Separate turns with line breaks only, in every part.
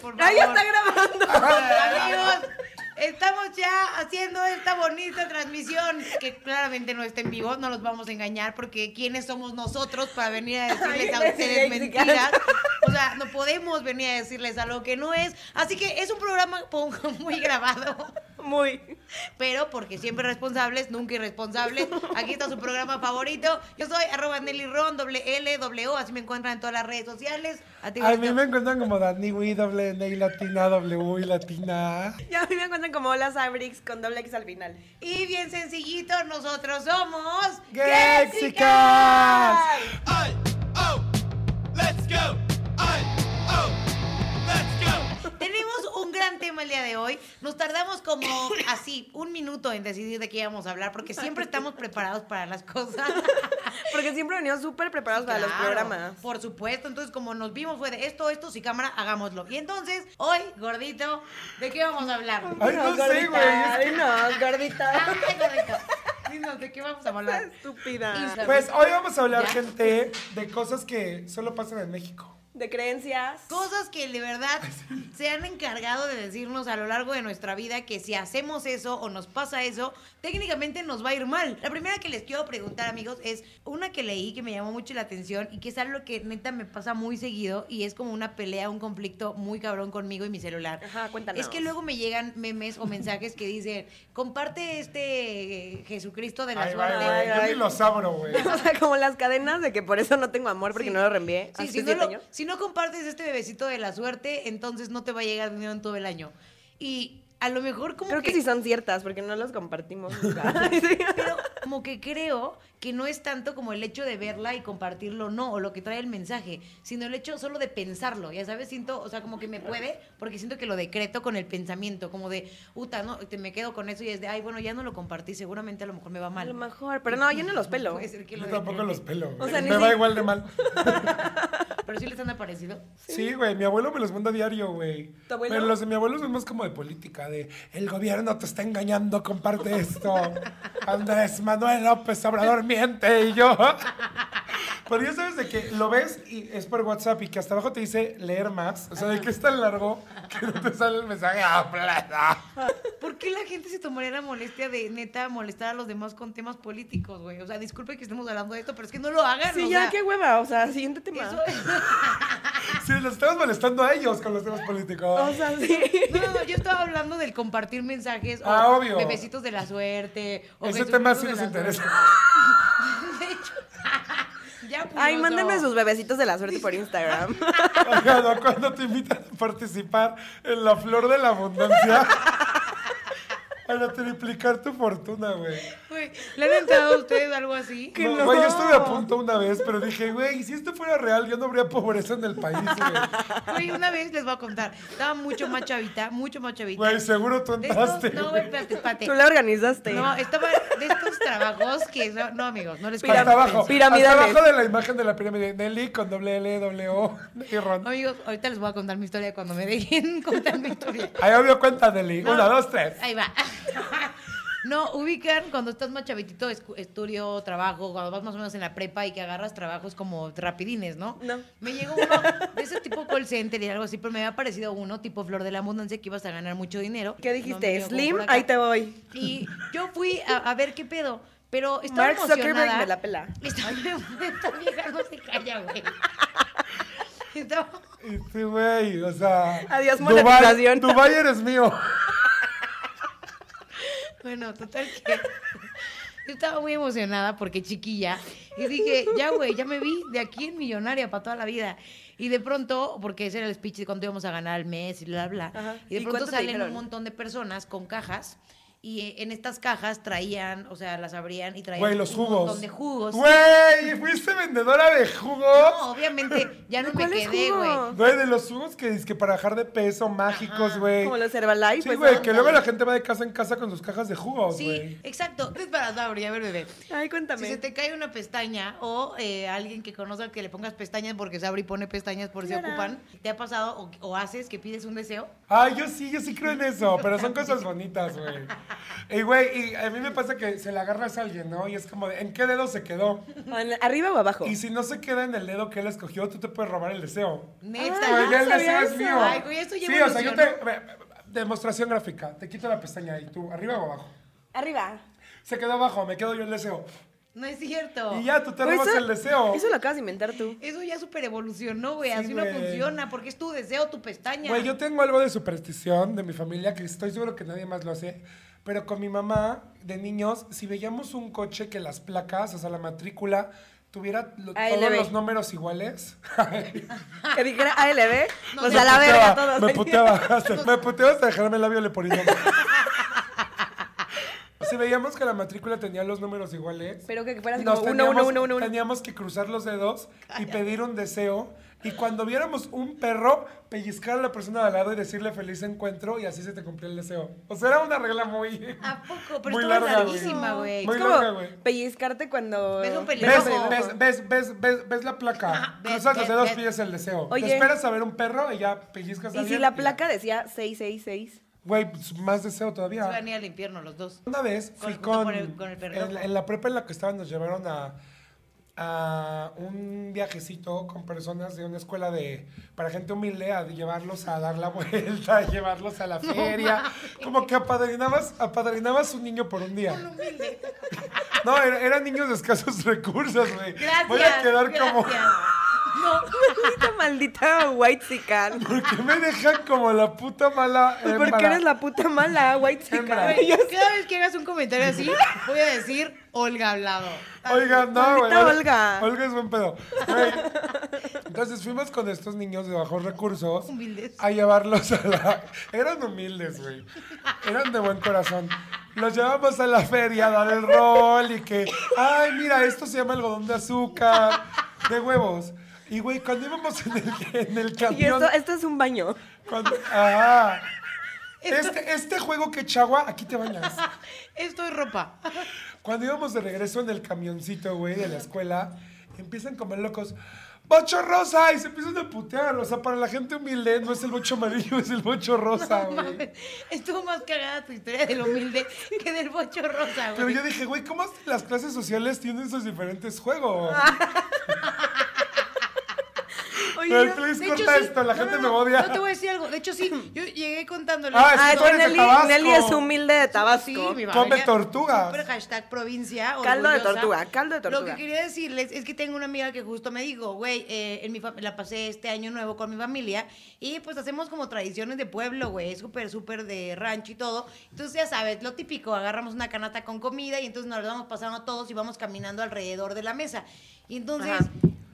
Por
¡Ahí
favor.
está grabando!
Amigos, estamos ya haciendo esta bonita transmisión que claramente no está en vivo, no los vamos a engañar porque quiénes somos nosotros para venir a decirles a
Ay,
ustedes
mexicanos.
mentiras. O sea, no podemos venir a decirles a lo que no es. Así que es un programa pongo, muy grabado,
Muy.
pero porque siempre responsables, nunca irresponsables. Aquí está su programa favorito. Yo soy arroba Nelly Ron, doble L, doble O, así me encuentran en todas las redes sociales. A ti,
A mí
Gorito.
me encuentran como Dani Wii, doble N y latina, W y latina.
Ya a mí me encuentran como Hola Sabrix con doble X al final.
Y bien sencillito, nosotros somos
¡Gexicas!
I oh, let's go. I oh, let's go.
Tenemos un gran tema el día de hoy. Nos tardamos como así, un minuto en decidir de qué íbamos a hablar, porque siempre estamos preparados para las cosas.
Porque siempre venimos súper preparados para los
Claro,
programas.
Por supuesto, entonces como nos vimos fue de esto, esto, sí cámara, hagámoslo. Y entonces, hoy, gordito, ¿de qué vamos a hablar?
Ay, no sé, güey. es
Ay, no, gordita.
Ay, gordito, dinos, ¿de qué vamos a hablar?
Estúpida.
Instagram.
Pues hoy vamos a hablar,
Ya.
gente, de cosas que solo pasan en México.
De creencias.
Cosas que de verdad se han encargado de decirnos a lo largo de nuestra vida que si hacemos eso o nos pasa eso, técnicamente nos va a ir mal. La primera que les quiero preguntar, amigos, es una que leí que me llamó mucho la atención y que es algo que neta me pasa muy seguido y es como una pelea, un conflicto muy cabrón conmigo y mi celular.
Ajá, cuéntanos.
Es que luego me llegan memes o mensajes que dicen, comparte este eh, Jesucristo de la
Ay,
suerte.
güey, güey. Yo
Ay,
ni
ay.
lo sabro, güey.
O sea, como las cadenas de que por eso no tengo amor porque
Sí.
no lo reenvié.
Sí,
hace
si, no
siete
lo-
años.
si no compartes este bebecito de la suerte, entonces no te va a llegar dinero en todo el año. Y a lo mejor como
Creo que sí son ciertas porque no las compartimos nunca. Sí.
pero como que creo que no es tanto como el hecho de verla y compartirlo no o lo que trae el mensaje, sino el hecho solo de pensarlo, ya sabes, siento, o sea, como que me puede porque siento que lo decreto con el pensamiento, como de, "Uta, no, te me quedo con eso" y es de, "Ay, bueno, ya no lo compartí, seguramente a lo mejor me va
A lo
mal."
mejor, pero no, yo no los pelo.
Puede ser que lo
Yo tampoco
decrete.
los pelo.
O
güey.
sea, ni
me va
si-
igual de mal.
Pero sí les han aparecido.
Sí, güey, mi abuelo me los manda diario, güey.
¿Tu abuelo?
Pero los de mi abuelo son más como de política, de el gobierno te está engañando, comparte esto. Andrés Manuel López Obrador miente y yo. Pero ya sabes de que lo ves y es por WhatsApp y que hasta abajo te dice leer más. O sea, de que es tan largo que no te sale el mensaje. ¡Ah, plata!
¿Por qué la gente se tomaría la molestia de neta molestar a los demás con temas políticos, güey? O sea, disculpe que estemos hablando de esto, pero es que no lo hagan.
Sí,
o
ya,
sea,
qué hueva. O sea, siguiente tema.
eso-
Sí, los estamos molestando a ellos con los temas políticos.
O sea, sí.
No, no, no, yo estaba hablando del compartir mensajes o
Ah, obvio.
bebecitos de la suerte.
Oh,
O
Ese
Jesucristo
tema sí
de
nos
la
interesa.
suerte. De hecho, ya pues,
Ay,
no.
mándenme sus bebecitos de la suerte por Instagram.
Oigan, ¿no? cuando te invitan a participar en la flor de la abundancia para triplicar tu fortuna, güey.
Güey, ¿Le han entrado a ustedes algo así?
¿Qué? Que
No,
no.
Güey, yo estuve a punto una vez, pero dije, güey, si esto fuera real, yo no habría pobreza en el país, güey.
Güey, una vez les voy a contar. Estaba mucho más chavita, mucho más chavita.
Güey, seguro tú
De estos-
entraste.
no,
güey.
güey, espérate, espérate.
Tú la organizaste.
No, estaba de estos trabajos que no, no, amigos, no les
Piram-
Hasta
cuento.
abajo.
piramidales.
Hasta abajo de la imagen de la pirámide. Nelly con doble L, doble O y Ron.
Amigos, ahorita les voy a contar mi historia cuando me dejen contar mi historia.
Ahí obvio cuenta, Nelly.
No.
Una, dos, tres.
Ahí va. No, ubican cuando estás más chavitito, escu- estudio, trabajo, cuando vas más o menos en la prepa y que agarras trabajos como rapidines, ¿no?
No.
Me llegó uno de ese tipo call center y algo así, pero me había parecido uno tipo Flor de la Abundancia que ibas a ganar mucho dinero.
¿Qué
No me
dijiste?
llegó
Slim,
por acá.
ahí te voy.
Y yo fui a, a ver qué pedo, pero estaba
Mark Zuckerberg
emocionada.
me la pela.
Estaba, esta vieja no se calla, güey. Estaba...
Y Sí, güey, o sea.
Adiós,
Dubai,
monetización.
Dubai eres mío.
Bueno, total que yo estaba muy emocionada porque chiquilla y dije, ya güey, ya me vi de aquí en millonaria para toda la vida. Y de pronto, porque ese era el speech de cuánto íbamos a ganar al mes y bla, bla.
Ajá.
Y de
¿Y
pronto
cuánto te
salen un
dijeron?
montón de personas con cajas y eh, en estas cajas traían, o sea, las abrían y traían
Güey, los
un
jugos.
montón de jugos.
Güey, fuiste vendedora de jugos.
No, obviamente, ya no
¿De
me
cuáles
quedé, güey.
jugos?
Güey, de los jugos que dizque para bajar de peso, mágicos, güey.
Como los Herbalife.
Sí,
pues,
güey,
¿no?
que luego la gente va de casa en casa con sus cajas de jugos,
Sí,
güey.
exacto. Es para Sabri, a ver, bebé.
Ay, cuéntame.
Si se te cae una pestaña o eh, alguien que conozcas que le pongas pestañas porque Sabri pone pestañas por si
Claro.
ocupan, ¿te ha pasado o, o haces que pides un deseo?
Ay, yo sí, yo sí creo en eso, pero son cosas bonitas, güey. Y güey, y a mí me pasa que se la agarras a alguien, ¿no? Y es como, de, ¿en qué dedo se quedó?
O en- ¿Arriba o abajo?
Y si no se queda en el dedo que él escogió, tú te puedes robar el deseo.
Neta.
Ah,
Güey, ya el
sabía
deseo es
eso.
mío.
Ay, güey, esto ya
Sí, o sea, yo te.
evolucionó.
ve- ve- Demostración gráfica. Te quito la pestaña y tú, arriba o abajo.
Arriba.
Se quedó abajo, me quedo yo el deseo.
No es cierto.
Y ya tú te
Pero
robas
Pues eso-
el deseo.
Eso lo acabas de inventar tú.
Eso ya super evolucionó, güey.
Sí,
Así no
güey.
funciona, porque es tu deseo, tu pestaña.
Güey, yo tengo algo de superstición de mi familia que estoy seguro que nadie más lo hace. Pero con mi mamá, de niños, si veíamos un coche que las placas, o sea, la matrícula, tuviera lo-
Ay, le
todos
ve.
los números iguales.
Que dijera ALB.
No,
pues
me
a la verga todos.
me puteaba, hasta, me puteaba hasta dejarme el labio leporino. si veíamos que la matrícula tenía los números iguales.
Pero que fueras
nos
como uno,
teníamos-
uno, uno, uno, uno.
Teníamos que cruzar los dedos y pedir un deseo. Y cuando viéramos un perro, pellizcar a la persona de al lado y decirle feliz encuentro y así se te cumplió el deseo. O sea, era una regla muy...
¿A poco? Pero
muy
estuvo
larga, güey.
larguísima, güey.
Muy
Es como
larga, güey.
pellizcarte cuando...
Ves un
¿Ves,
pelirrojo.
un
ves, ves, ves, ves, ves la placa.
Ajá, ves,
Cruzas los
ves,
dedos,
ves.
pides el deseo.
Oye.
Te esperas a ver un perro y ya pellizcas a
Y si
alguien
la
ya.
placa decía 666.
Güey, pues, más deseo todavía.
Se van a ir al infierno los dos.
Una vez
Con-
fui
junto
con.
con el- con el perro.
en, la- en la prepa en la que estaba nos llevaron a, a un viajecito con personas de una escuela de para gente humilde a llevarlos a dar la vuelta, a llevarlos a la feria. como que apadrinabas, apadrinabas un niño por un
Un
día.
humilde.
No, era- eran niños de escasos recursos, güey.
Gracias.
Voy a quedar como.
gracias. No,
maldita, maldita white sican.
¿Por qué me dejan como la puta mala?
Pues porque
hembra?
eres la puta mala, white
Hembra.
chica.
güey, cada vez que hagas un comentario así, voy a decir Olga Hablado.
Oiga, no, güey.
Maldita Olga.
Olga es buen pedo. Güey, Entonces fuimos con estos niños de bajos recursos
Humildes.
a llevarlos a la. Eran humildes, güey. Eran de buen corazón. Los llevamos a la feria a dar el rol y que. Ay, mira, esto se llama algodón de azúcar, de huevos. Y, güey, cuando íbamos en el, en el
Y
camión.
esto, esto es un baño.
cuando- ah. este, este juego que chagua, aquí te bañas.
Esto es ropa.
Cuando íbamos de regreso en el camioncito, güey, de la escuela, empiezan como locos. ¡Bocho rosa! Y se empiezan a putear. O sea, para la gente humilde no es el bocho amarillo, es el bocho rosa, güey.
Estuvo más cagada tu historia del humilde que del bocho rosa,
Pero
güey.
yo dije, güey, ¿cómo hasta las clases sociales tienen sus diferentes juegos?
Ah.
Pero
Oye,
el please
De hecho,
corta
sí.
esto, la
No,
gente
no,
me
no.
odia.
No te voy a decir algo. De hecho, sí, yo llegué contándole.
Ah,
ah, es
tú
que
eres de
Nelly,
Tabasco.
Nelly es humilde de Tabasco.
Sí, mi
Come
familia,
tortugas.
Super hashtag provincia.
Caldo de
orgullosa.
tortuga, caldo de tortuga.
Lo que quería decirles es que tengo una amiga que justo me dijo, güey, eh, en mi fam- la pasé este año nuevo con mi familia y pues hacemos como tradiciones de pueblo, güey, es súper, súper de rancho y todo. Entonces, ya sabes, lo típico, agarramos una canasta con comida y entonces nos la vamos pasando todos y vamos caminando alrededor de la mesa. Y entonces,
Ajá.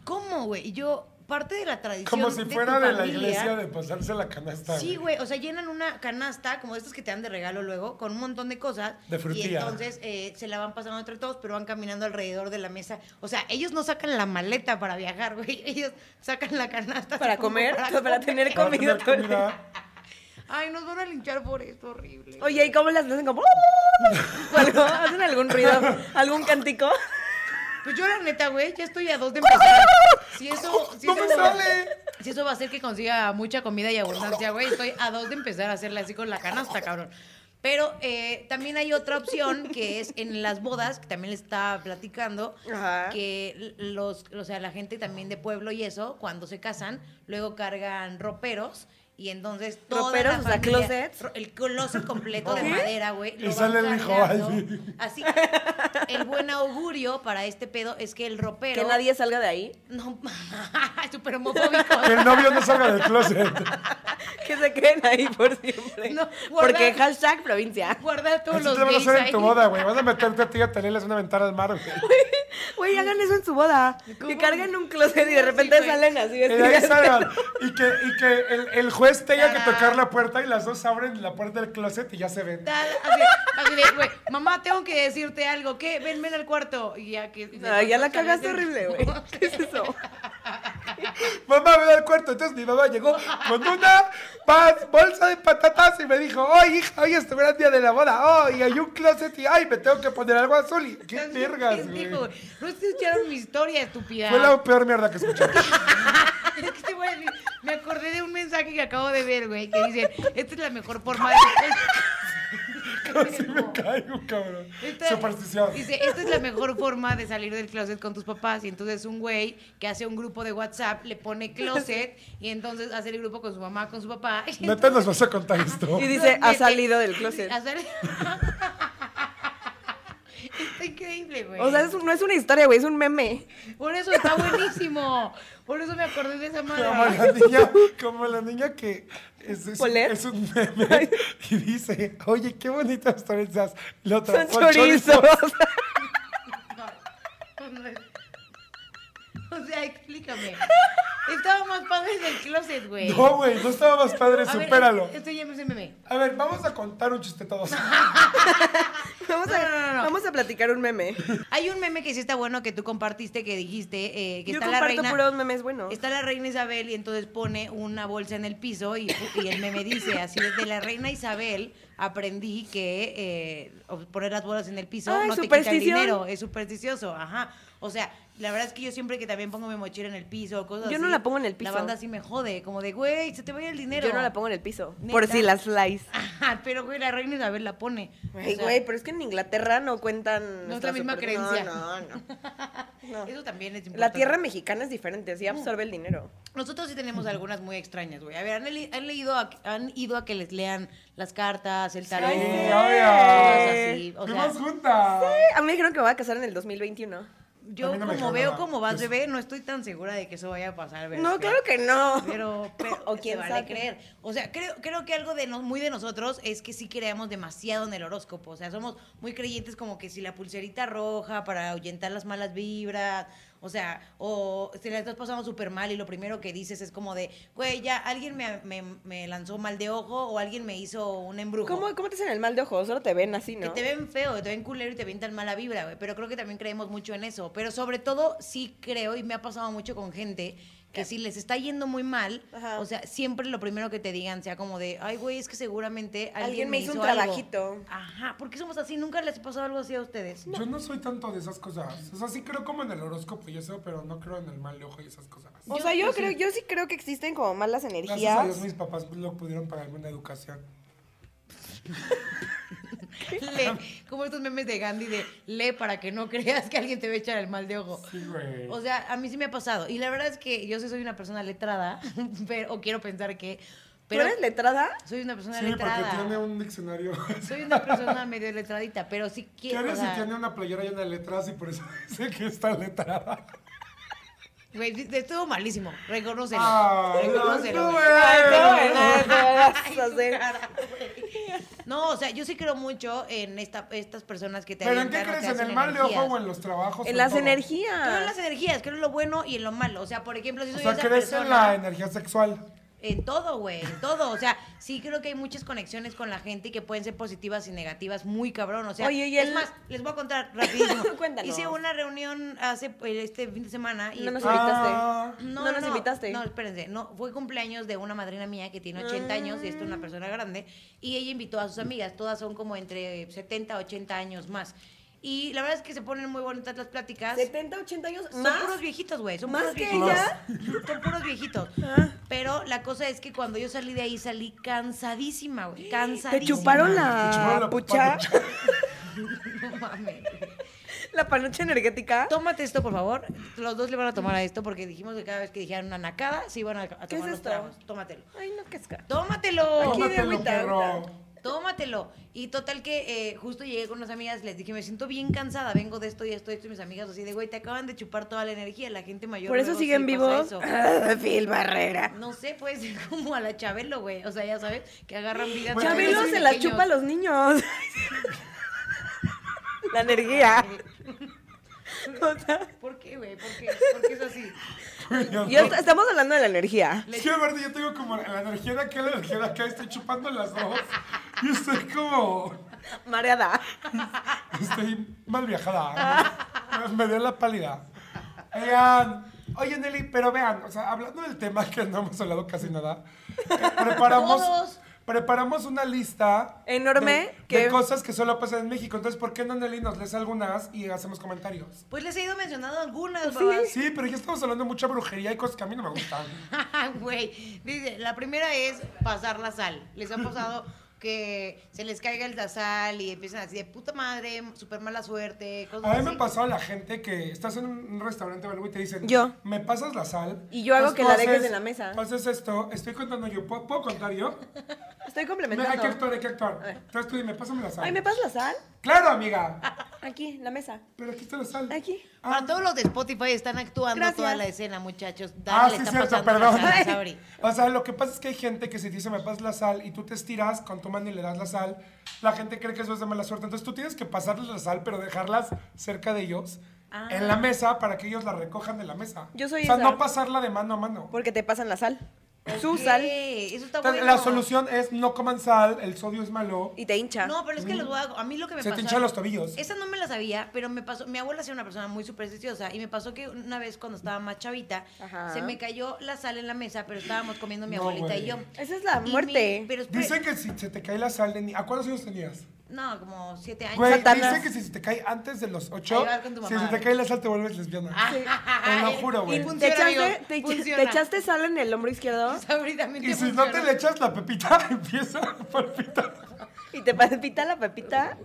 ¿cómo, güey? Y yo, parte de la tradición
Como si
tu
fuera de la
familia-
iglesia de pasarse la canasta.
Sí, güey, o sea, llenan una canasta, como estas que te dan de regalo luego, con un montón de cosas.
De frutilla.
Y entonces eh, se la van pasando entre todos, pero van caminando alrededor de la mesa. O sea, ellos no sacan la maleta para viajar, güey. Ellos sacan la canasta. así
Para
como
comer, para tener
Para
comida
tener
todo el
comida.
Ay, nos van a linchar por esto, horrible.
Oye, ¿y cómo las hacen como? o algo? ¿Hacen algún ruido? ¿Algún cántico?
Pues yo, la neta, güey, ya estoy a dos de empezar. Si eso, si
¡No
eso
me
va-
sale!
Si eso va a hacer que consiga mucha comida y abundancia, güey, estoy a dos de empezar a hacerla así con la canasta, cabrón. Pero eh, también hay otra opción que es en las bodas, que también le estaba platicando,
Ajá.
que los, o sea, la gente también de pueblo y eso, cuando se casan, luego cargan roperos y entonces toda
¿Roperos?
la
O sea,
familia-
closets.
ro- El closet completo de
¿Qué?
madera, güey.
Y
lo van
sale el hijo
cargando.
así.
Así el buen augurio para este pedo es que el ropero.
Que nadie salga de ahí.
No, súper homofóbico.
Que el novio no salga del closet.
Que se queden ahí por siempre.
No, guarda-
Porque hashtag provincia.
Guarda todos
Eso
los
te van a
gays
hacer en
ahí.
tu boda, güey. Vas a meterte a ti a tenerles una ventana al mar, güey.
Güey, hagan eso en su boda. Que
¿Cómo?
carguen un closet y de
Sí,
repente
güey.
salen así
Y de ahí
vestidas.
salgan. Y que, y que el, el juez tenga que
Tarán.
tocar la puerta y las dos abren la puerta del closet y ya se ven.
Tal, así, así de, güey, mamá, tengo que decirte algo. ¿Qué? Ven, ven al cuarto. Y ya que.
No, ya la cagaste horrible, güey. ¿Qué es eso?
Mamá me da el cuarto. Entonces mi mamá llegó con una pa- bolsa de patatas y me dijo, ¡Ay, hija, hoy es tu gran día de la boda! ¡Oh, y hay un closet y ay, me tengo que poner algo azul! Y, ¡Qué
Estás bien
vergas,
pendejo,
güey!
güey. No escucharon mi historia, estúpida.
Fue la peor mierda que escuché.
Es que te voy a decir, me acordé de un mensaje que acabo de ver, güey, que dice, esta es la mejor forma de...
Casi me caigo, cabrón.
Esta-
Superstición.
Dice, esta es la mejor forma de salir del closet con tus papás. Y entonces un güey que hace un grupo de WhatsApp le pone closet y entonces hace el grupo con su mamá, con su papá. Y
Neta nos vas a contar esto.
Y dice,
Entonces,
ha
mete-
salido del closet.
Ha salido- Está increíble, güey.
O sea, es un- no es una historia, güey, es un meme.
Por eso está buenísimo. Por eso me acordé de esa
Como
madre.
la niña, como la niña que es, es-
¿Poler?
es un meme y dice, oye, qué bonitas trenzas. Lo otra,
Son
"Son chorizos".
chorizos.
O sea, explícame. Estaba más padre del closet, güey.
No, güey, no estaba más padre,
A ver,
supéralo.
Esto ya me se meme.
A ver, vamos a contar un chiste todos.
Vamos a,
No, no, no, no.
Vamos a platicar un meme.
Hay un meme que sí está bueno que tú compartiste que dijiste eh, que
Yo
está la
comparto
reina.
puros memes buenos.
Está la reina Isabel y entonces pone una bolsa en el piso y, y el meme dice así de la reina Isabel aprendí que eh, ob- poner las bolas en el piso
Ay,
no te quita el
superstición.
dinero, es supersticioso, ajá. O sea, la verdad es que yo siempre que también pongo mi mochila en el piso, cosas
Yo no
así,
la pongo en el piso.
La banda así me jode, como de güey, se te va a ir el dinero.
Yo no la pongo en el piso.
Neta.
Por si las slice.
Ajá, pero güey, la reina Isabel la pone. O
Ay,
sea,
güey, pero es que en Inglaterra no cuentan.
No es la
nuestra
misma
super-
creencia.
No, no, no. No.
Eso también es importante.
La tierra mexicana es diferente, así absorbe el dinero.
Nosotros sí tenemos algunas muy extrañas, güey. A ver, ¿han, le- han leído a, han ido a que les lean las cartas, el tarot?
Sí,
cosas así.
obvio.
O sea,
Fuimos juntas.
Eh, A mí me dijeron que me voy a casar en el 2021.
A
yo
mí no me
como
dijeron
veo
nada.
cómo vas,
Pues-
bebé, no estoy tan segura de que eso vaya a pasar, ¿verdad?
No, claro que no.
Pero, pero
O
se
quién
vale
sabe.
creer. O sea, creo, creo que algo de no- muy de nosotros es que sí creemos demasiado en el horóscopo. O sea, somos muy creyentes como que si la pulserita roja para ahuyentar las malas vibras. O sea, o si la estás pasando súper mal y lo primero que dices es como de, güey, ya alguien me, me- me lanzó mal de ojo o alguien me hizo un embrujo.
¿Cómo, ¿Cómo te hacen el mal de ojo? Solo te ven así,
Que
¿no?
te ven feo, que te ven culero y te ven tan mala vibra, güey. Pero creo que también creemos mucho en eso. Pero sobre todo, sí creo, y me ha pasado mucho con gente, que si les está yendo muy mal,
Ajá.
o sea, siempre lo primero que te digan sea como de, ay, güey, es que seguramente alguien,
Alguien me hizo un
algo".
trabajito.
Ajá, ¿por qué somos así? ¿Nunca les ha pasado algo así a ustedes?
Yo no soy tanto de esas cosas. O sea, sí creo como en el horóscopo y eso, pero no creo en el mal de ojo y esas cosas.
O sea, yo creo, yo sí creo que existen como malas
Gracias a
energías.
Dios mis papás lo pudieron pagarme una educación.
Le- como estos memes de Gandhi de, lee para que no creas que alguien te va a echar el mal de ojo.
Sí, güey.
O sea, a mí sí me ha pasado. Y la verdad es que yo sí soy una persona letrada, pero, o quiero pensar que... Pero
¿Tú eres letrada?
soy una persona
Sí,
letrada.
porque tiene un diccionario.
Soy una persona medio letradita, pero sí
¿Qué
quiero. o
haría si
sea,
tiene una playera llena de letras y por eso dice que está letrada?
Güey, sí, estuvo malísimo. Reconócelo.
Ah,
reconócelo,
no,
güey.
no,
Ay, no, no,
no, no,
no, no,
Ay,
vas a
su
hacer.
cara, güey. No, o sea, yo sí creo mucho en esta, estas personas que te
¿Pero en qué
avientan o te
crees? ¿En
hacen
el mal de ojo
energías.
o en los trabajos? o
En las
todo?
Creo en
energías.
las energías, creo en lo bueno y en lo malo. O sea, por ejemplo, si
O
soy
sea,
esa
¿crees
persona.
en la energía sexual?
En todo, güey, en todo. O sea, sí creo que hay muchas conexiones con la gente que pueden ser positivas y negativas, muy cabrón. O sea,
Oye, y
es
el-
más, les voy a contar rapidísimo.
Cuéntanos.
Hice una reunión hace este fin de semana y
No nos
Ah,
invitaste.
Ah.
No nos invitaste.
No, espérense. No, fue cumpleaños de una madrina mía que tiene 80 años y es
Ah.
una persona grande. Y ella invitó a sus amigas. Todas son como entre 70, 80 años más. Y la verdad es que se ponen muy bonitas las pláticas.
70, 80 años
Son
más.
puros viejitos, güey. Son
¿Más
puros
que
viejitos.
ella?
Son puros viejitos.
Ah.
Pero la cosa es que cuando yo salí de ahí salí cansadísima, güey. Cansadísima.
Te chuparon
Te chuparon
la
la
pucha,
No mames.
la panocha energética.
Tómate esto, por favor. Los dos le van a tomar a esto porque dijimos que cada vez que dijeran una nacada se iban a, a tomar
¿Qué es
los
esto?
tragos. Tómatelo.
Ay, no, qué esca.
Tómatelo.
Aquí de
Tómatelo,
agüita,
perro.
agüita.
Tómatelo. Y total que eh, justo llegué con unas amigas, les dije, me siento bien cansada, vengo de esto y esto y esto, y mis amigas así de, güey, te acaban de chupar toda la energía, la gente mayor.
Por eso
luego sí
siguen
pasa
vivos.
eso".
Ah, Phil Barrera.
No sé, puede ser como a la Chabelo, güey. O sea, ya sabes, que agarran vida.
Bueno,
Chabelo
ellos
se las
pequeños.
chupa a los niños. La energía. O sea,
¿Por qué, güey? ¿Por qué? ¿Por qué es así?
yo- estamos hablando de la energía.
Es que, aparte, yo tengo como la energía de acá, la energía de acá, estoy chupando las dos. Y estoy como...
Mareada.
Estoy mal viajada. Me dio la pálida. Oigan, oye Nelly, pero vean, o sea, hablando del tema que no hemos hablado casi nada, preparamos,
Todos.
preparamos una lista
Enorme
de- de,
que-
cosas que solo pasan en México. Entonces, ¿por qué no Nelly nos lees algunas y hacemos comentarios?
Pues les he ido mencionando algunas, babas.
Sí, pero ya estamos hablando de mucha brujería y cosas que a mí no me gustan.
Güey, dice, la primera es pasar la sal. Les ha pasado que se les caiga el tasal y empiezan así de puta madre, súper mala suerte, cosas
A mí me
así.
pasó a la gente que estás en un un restaurante o algo y te dicen,
Yo.
me pasas la sal.
Y yo hago
Entonces
que
tú
la dejes en la mesa.
Haces esto, estoy contando yo, ¿puedo, puedo contar yo?
Estoy
Me- hay que
complementando.
actuar, hay que actuar.
ver.
Entonces tú dime, pásame la sal.
Ay, ¿me pasas la sal?
Claro, amiga.
Aquí, en la mesa.
Pero aquí está la sal.
Aquí.
Ah,
Para todos los de Spotify están actuando
Gracias.
toda la escena, muchachos. Dani
Ah,
le
sí,
está
cierto,
pasando la
perdón.
sal a Sabri.
O sea, lo que pasa es que hay gente que si te dice me pasas la sal y tú te estiras con tu mano y le das la sal, la gente cree que eso es de mala suerte. Entonces tú tienes que pasarles la sal, pero dejarlas cerca de ellos, en la mesa, para que ellos la recojan de la mesa.
Ah. Yo soy
O sea,
esa.
no pasarla de mano a mano.
Porque te pasan la sal. Su
Ok,
sal.
Eso está
Entonces,
bueno.
la solución es no coman sal, el sodio es malo.
Y te hincha.
No, pero es que los voy a, a mí lo que me
Se te
pasó-
hinchan los tobillos.
Esa no me la sabía, pero me pasó. Mi abuela era una persona muy supersticiosa y me pasó que una vez cuando estaba más chavita,
Ajá.
se me cayó la sal en la mesa, pero estábamos comiendo mi
No,
abuelita
güey.
y yo.
Esa es la
Y mi-
muerte.
pero espera-
Dicen que si se te cae la sal de ni- ¿A cuántos años tenías?
No, como siete años.
Güey,
Satanás.
dicen que si se te cae antes de los ocho,
Ahí va con tu
si se
mamá. Ah,
te cae la sal te vuelves lesbiana. Te lo juro, güey.
Y
¿Te
funciona,
echaste,
amigo,
te, echa-
funciona.
te echaste sal en el hombro izquierdo?
Sabri, también
Y
te
si no te
funciona.
le echas la pepita, empieza a palpitar.
¿Y te palpita la pepita?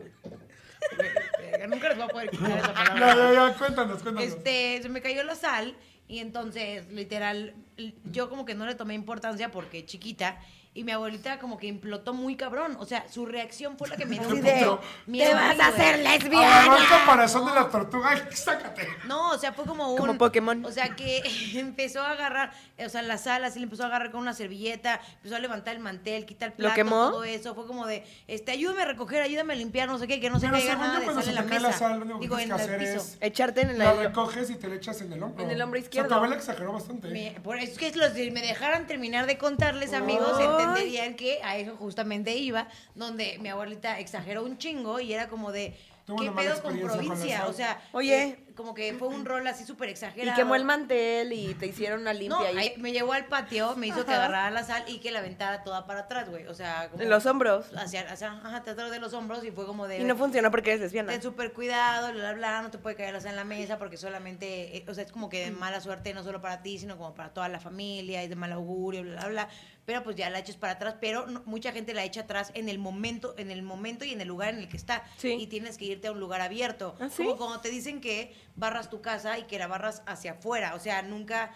Verga, Nunca les voy a poder quitar esa
No,
palabra.
no, no, cuéntanos, cuéntanos.
Ah, Este, se me cayó la sal y entonces, literal, l- yo como que no le tomé importancia porque chiquita y mi abuelita como que implotó muy cabrón. O sea, su reacción fue la que me dio
Te
de,
puteó.
"Mierda, güey". Ah,
Agarró el caparazón de la tortuga y sácate.
No, o sea, fue como un...
Como Pokémon.
O sea, que empezó a agarrar, o sea, la sala, así le empezó a agarrar con una servilleta, empezó a levantar el mantel, quitar el
¿Lo
plato,
quemó?
todo eso. Fue como de, este, ayúdame a recoger, ayúdame a limpiar, no sé qué, que no se
Pero
caiga
según
nada
yo,
de
cuando
sal
se
en la
te cae la
mesa.
sal, lo único
Digo,
que
en
tienes que
el
hacer
piso.
es...
Echarte en
La
el...
recoges y te la echas en el hombro.
En el hombro
O sea,
izquierdo.
tu abuela exageró bastante. ¿eh?
Me- por eso es que los, si me dejaran terminar de contarles, amigos,
Ay.
entenderían que a eso justamente iba, donde mi abuelita exageró un chingo y era como de,
Tuvo
¿qué
una mala
pedo con
experiencia con
provincia?
la sal.
o sea,
Oye.
eh, como que fue un rol así súper
Y
exagerado.
quemó el mantel y te hicieron una limpia
No,
ahí.
ahí me llevó al patio, me hizo que
Ajá.
agarrara la sal y que la aventara toda para atrás, güey. O sea, como...
En los hombros.
Hacia, hacia, ajá, hacia atrás de los hombros y fue como de...
Y no funcionó porque eres lesbiana.
Ten súper cuidado, bla, bla, bla, no te puede caer la sal en la mesa porque solamente, eh, o sea, es como
Mm.
que de mala suerte no solo para ti, sino como para toda la familia, es de mal augurio, bla, bla, bla. Pero pues ya la echas para atrás, pero no- mucha gente la echa atrás en el momento, en el momento y en el lugar en el que está.
Sí.
Y tienes que irte a un lugar abierto.
¿Ah, sí?
Como cuando te dicen que barras tu casa y que la barras hacia afuera, o sea, nunca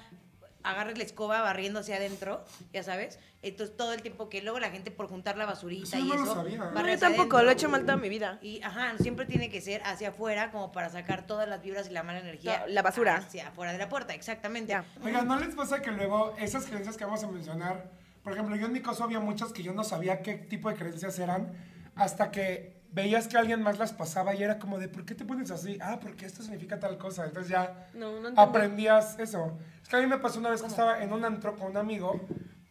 agarres la escoba barriendo hacia adentro, ya sabes. Entonces todo el tiempo que luego la gente por juntar la basurita
Eso
y
no lo
eso.
sabía.
No,
barre
yo
hacia
tampoco, lo he
adentro.
hecho mal toda mi vida.
Y ajá, siempre tiene que ser hacia afuera, como para sacar todas las vibras y la mala energía.
Ta- la basura.
Hacia afuera de la puerta, exactamente.
Ya.
Oiga, ¿no les pasa que luego esas creencias que vamos a mencionar, por ejemplo, yo en mi caso había muchas que yo no sabía qué tipo de creencias eran, hasta que veías que alguien más las pasaba y era como de, ¿por qué te pones así? Ah, porque esto significa tal cosa. Entonces ya
No, no entendí.
aprendías eso. Es que a mí me pasó una vez que estaba en un antro con un amigo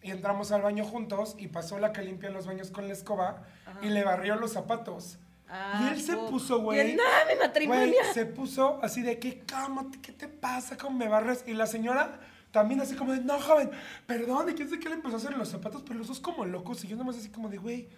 y entramos al baño juntos y pasó la que limpia los baños con la escoba y le barrió los zapatos.
Ah,
y él se
fuck.
puso,
Y
güey.
el, ¡Ah, mi
Güey,
matrimonio!
se puso así de que, cálmate, ¿qué te pasa? ¿Cómo me barres? Y la señora también así como de, no, joven, perdón, y quién sabe qué le empezó a hacer en los zapatos, pero los dos como locos, y yo nomás así como de, güey.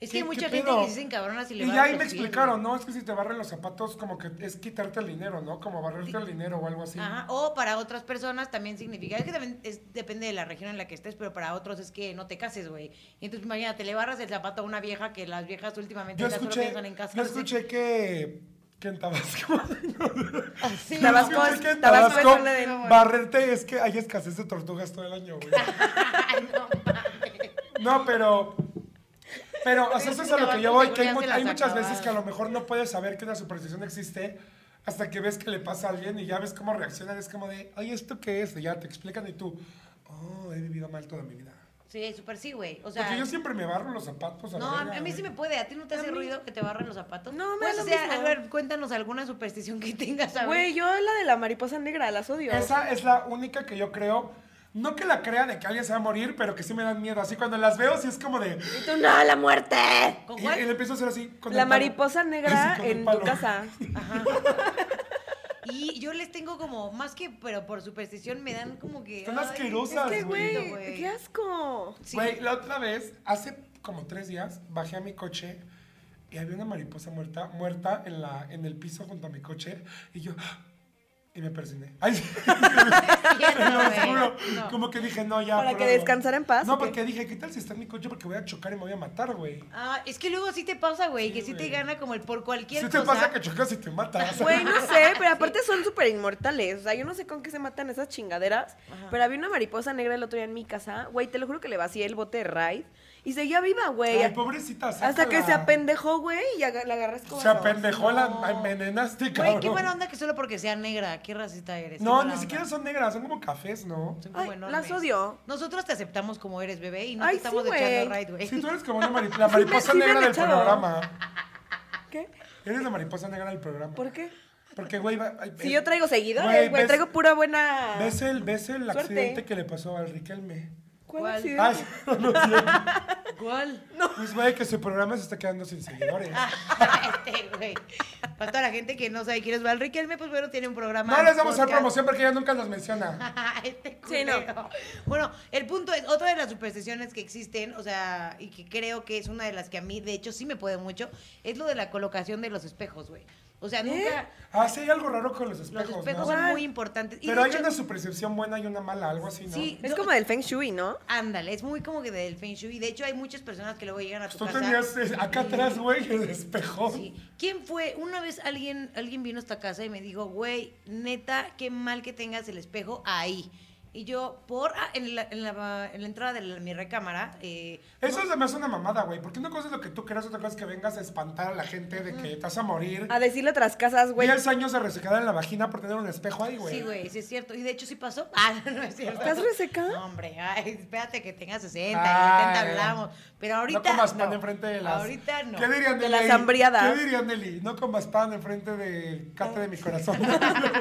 Es que
¿qué-
hay mucha
qué
gente
pedo?
que dicen cabronas y le
Y
van
ya
a
ahí me
los pies,
explicaron,
güey.
¿no? Es que si te barren los zapatos, como que es quitarte el dinero, ¿no? Como barrerte el dinero o algo así.
Ajá, O para otras personas también significa, es que también es- depende de la región en la que estés, pero para otros es que no te cases, güey. Y entonces imagínate, le barras el zapato a una vieja que las viejas últimamente
Yo
ya solo
escuché,
piensan en casarse.
yo escuché que, que en Tabasco...
Así.
Tabasco
Yo
es-
escuché que en
Tabasco es
Tabasco,
una de-
barrerte es que hay escasez de tortugas todo el año, güey.
Ay, no mames.
No, pero. Pero, o sea, eso es a lo que yo voy, que hay, mu- hay muchas veces que a lo mejor no puedes saber que una superstición existe hasta que ves que le pasa a alguien y ya ves cómo reaccionan. Es como de, oye, ¿esto qué es? Y ya te explican y tú, oh, he vivido mal toda mi vida.
Sí, súper sí, güey. O sea,
Porque yo siempre me barro los zapatos. la
No, a,
verga,
a mí
güey.
sí me puede. ¿A ti no te hace ruido que te barren los zapatos?
No, me
Pues,
da
o
lo
sea,
mismo.
a ver, cuéntanos alguna superstición que tengas, ¿sabes?
Güey, yo la de la mariposa negra, las odio.
Esa es la única que yo creo. No que la crea de que alguien se va a morir, pero que sí me dan miedo. Así cuando las veo, sí es como de.
Y tú, no, la muerte.
¿Con
Y, y le
cuál?
empiezo a hacer así. con
La
el palo.
mariposa negra
Así, con el
en tu
palo.
casa.
Y yo les tengo como, más que, pero por superstición me dan como que...
Están
ay,
asquerosas,
Es que,
Ay,
güey,
güey.
qué asco.
Sí.
Güey, la otra vez, hace como tres días, bajé a mi coche y había una mariposa muerta, muerta en, la, en el piso junto a mi coche. Y yo, Y me persigné. Ay, sí.
Cierto,
No,
güey.
juro.
No.
Como que dije, no, ya.
¿Para que
pruebo.
descansara en paz,
No,
o qué?
porque dije, ¿qué tal si está en mi coche? Porque voy a chocar y me voy a matar, güey.
Ah, es que luego sí te pasa, güey, que sí te
güey.
gana como el por cualquier
Si te
cosa.
pasa que chocas y te matas.
Güey, no sé, pero aparte son súper inmortales. O sea, yo no sé con qué se matan esas chingaderas. Pero había una mariposa negra el otro día en mi casa. Güey, te lo juro que le vacié el bote de raid. Y seguía viva, güey.
Ay, pobrecita,
Hasta que se
sácala.
apendejó, güey, y aga- la agarré escobazo.
Se apendejó,
No.
la envenenaste, cabrón.
Güey, qué buena onda que solo porque sea negra. Qué racista eres. qué
No,
mala
ni
onda.
siquiera son negras, son como cafés, ¿no?
Son como
Ay,
enormes.
las odio.
Nosotros te aceptamos como eres, bebé, y no
Ay,
te
sí,
estamos
güey.
echando right, güey.
Si tú eres como una mari- la mariposa
sí me han
negra del
echado.
programa.
¿Qué?
Eres la mariposa negra del programa.
¿Por qué?
Porque, güey, va- ay,
Si
eh,
yo traigo seguidores,
Güey,
güey,
ves-
traigo pura buena.
¿Ves el, ves el
Suerte.
accidente que le pasó al Riquelme?
¿Cuál
¿Cuál?
accidente?
Ay, no, no, Ah, sí.
¿Cuál?
Pues, güey, que su programa se está quedando sin seguidores.
este, güey. Para toda la gente que no sabe quién es Val Riquelme, pues bueno, tiene un programa.
No les vamos a
podcast.
dar promoción porque ella nunca nos menciona.
este
Sí, no.
culero. Bueno, el punto es, otra de las supersticiones que existen, o sea, y que creo que es una de las que a mí, de hecho, sí me puede mucho, es lo de la colocación de los espejos, güey. O sea, nunca...
Ah, sí, hay algo raro con los
Los
espejos,
espejos
¿no?
son muy importantes. Y
Pero
de
hay
hecho-
una supercepción buena y una mala, algo así, ¿no?
Sí.
Es
No.
como del Feng Shui, ¿no?
Ándale, es muy como que del Feng Shui. De hecho, hay muchas personas que luego llegan a tu
Tú
casa.
tenías eh, acá atrás, güey, el espejo.
Sí. ¿Quién fue? Una vez alguien, alguien vino a esta casa y me dijo, güey, neta, qué mal que tengas el espejo ahí. Y yo, por ah, en, la, en la- en la entrada de la- mi recámara, eh,
Eso se me hace una mamada, güey. Porque una cosa es lo que tú creas, otra cosa es que vengas a espantar a la gente de que te vas a morir.
A decirle a otras casas, Ah, güey.
10 años de resecada en la vagina por tener un espejo ahí, güey.
Sí, güey, sí es cierto. Y de hecho sí pasó. Ah, no es cierto.
¿Estás reseca?
No, hombre, ay, espérate que tengas 60 y 70
Ay.
hablamos. Pero ahorita
No comas pan
no.
enfrente de las.
Ahorita no.
¿Qué dirían
De
Nelly?
las hambriadas.
¿Qué dirían Nelly? No comas pan enfrente del cate de mi corazón.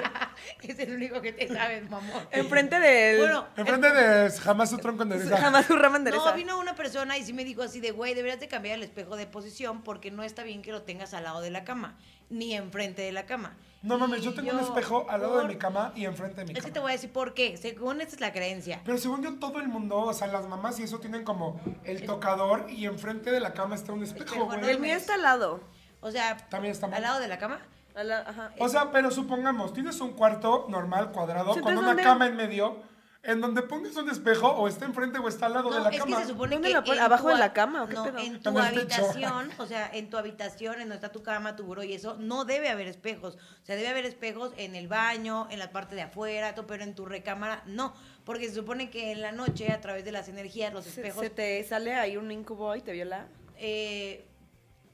es el único que te sabes, mamón.
Enfrente del.
Bueno,
enfrente de jamás su tronco endereza.
Jamás su rama endereza.
No, vino una persona y sí me dijo así de, güey, deberías de cambiar el espejo de posición porque no está bien que lo tengas al lado de la cama, ni enfrente de la cama.
No
Y
mames, yo tengo un espejo al lado de
por-
mi cama y enfrente de mi
Es
cama.
que te voy a decir por qué. Según esta es la creencia.
Pero según yo, todo el mundo, o sea, las mamás y eso tienen como el tocador y enfrente de la cama está un espejo,
Espejo, ¿no?
El
güey.
mío está al lado.
O sea,
También está mal.
al lado de la cama.
Al la- ajá.
O sea, pero supongamos, tienes un cuarto normal, cuadrado,
Sí,
con
entonces,
una
¿dónde?
cama en medio, en donde pongas un espejo o está enfrente o está al lado de
No,
la
es
cama.
que se supone
¿Dónde
que
la pon-
en
abajo
tu
de la
ha-
cama, ¿o qué
no,
pedo?
en tu
En el techo.
habitación, o sea, en tu habitación, en donde está tu cama, tu buró y eso, no debe haber espejos. O sea, debe haber espejos en el baño, en la parte de afuera, todo, pero en tu recámara no, porque se supone que en la noche a través de las energías los
Se,
espejos
se te sale ahí un incubo y te viola.
eh,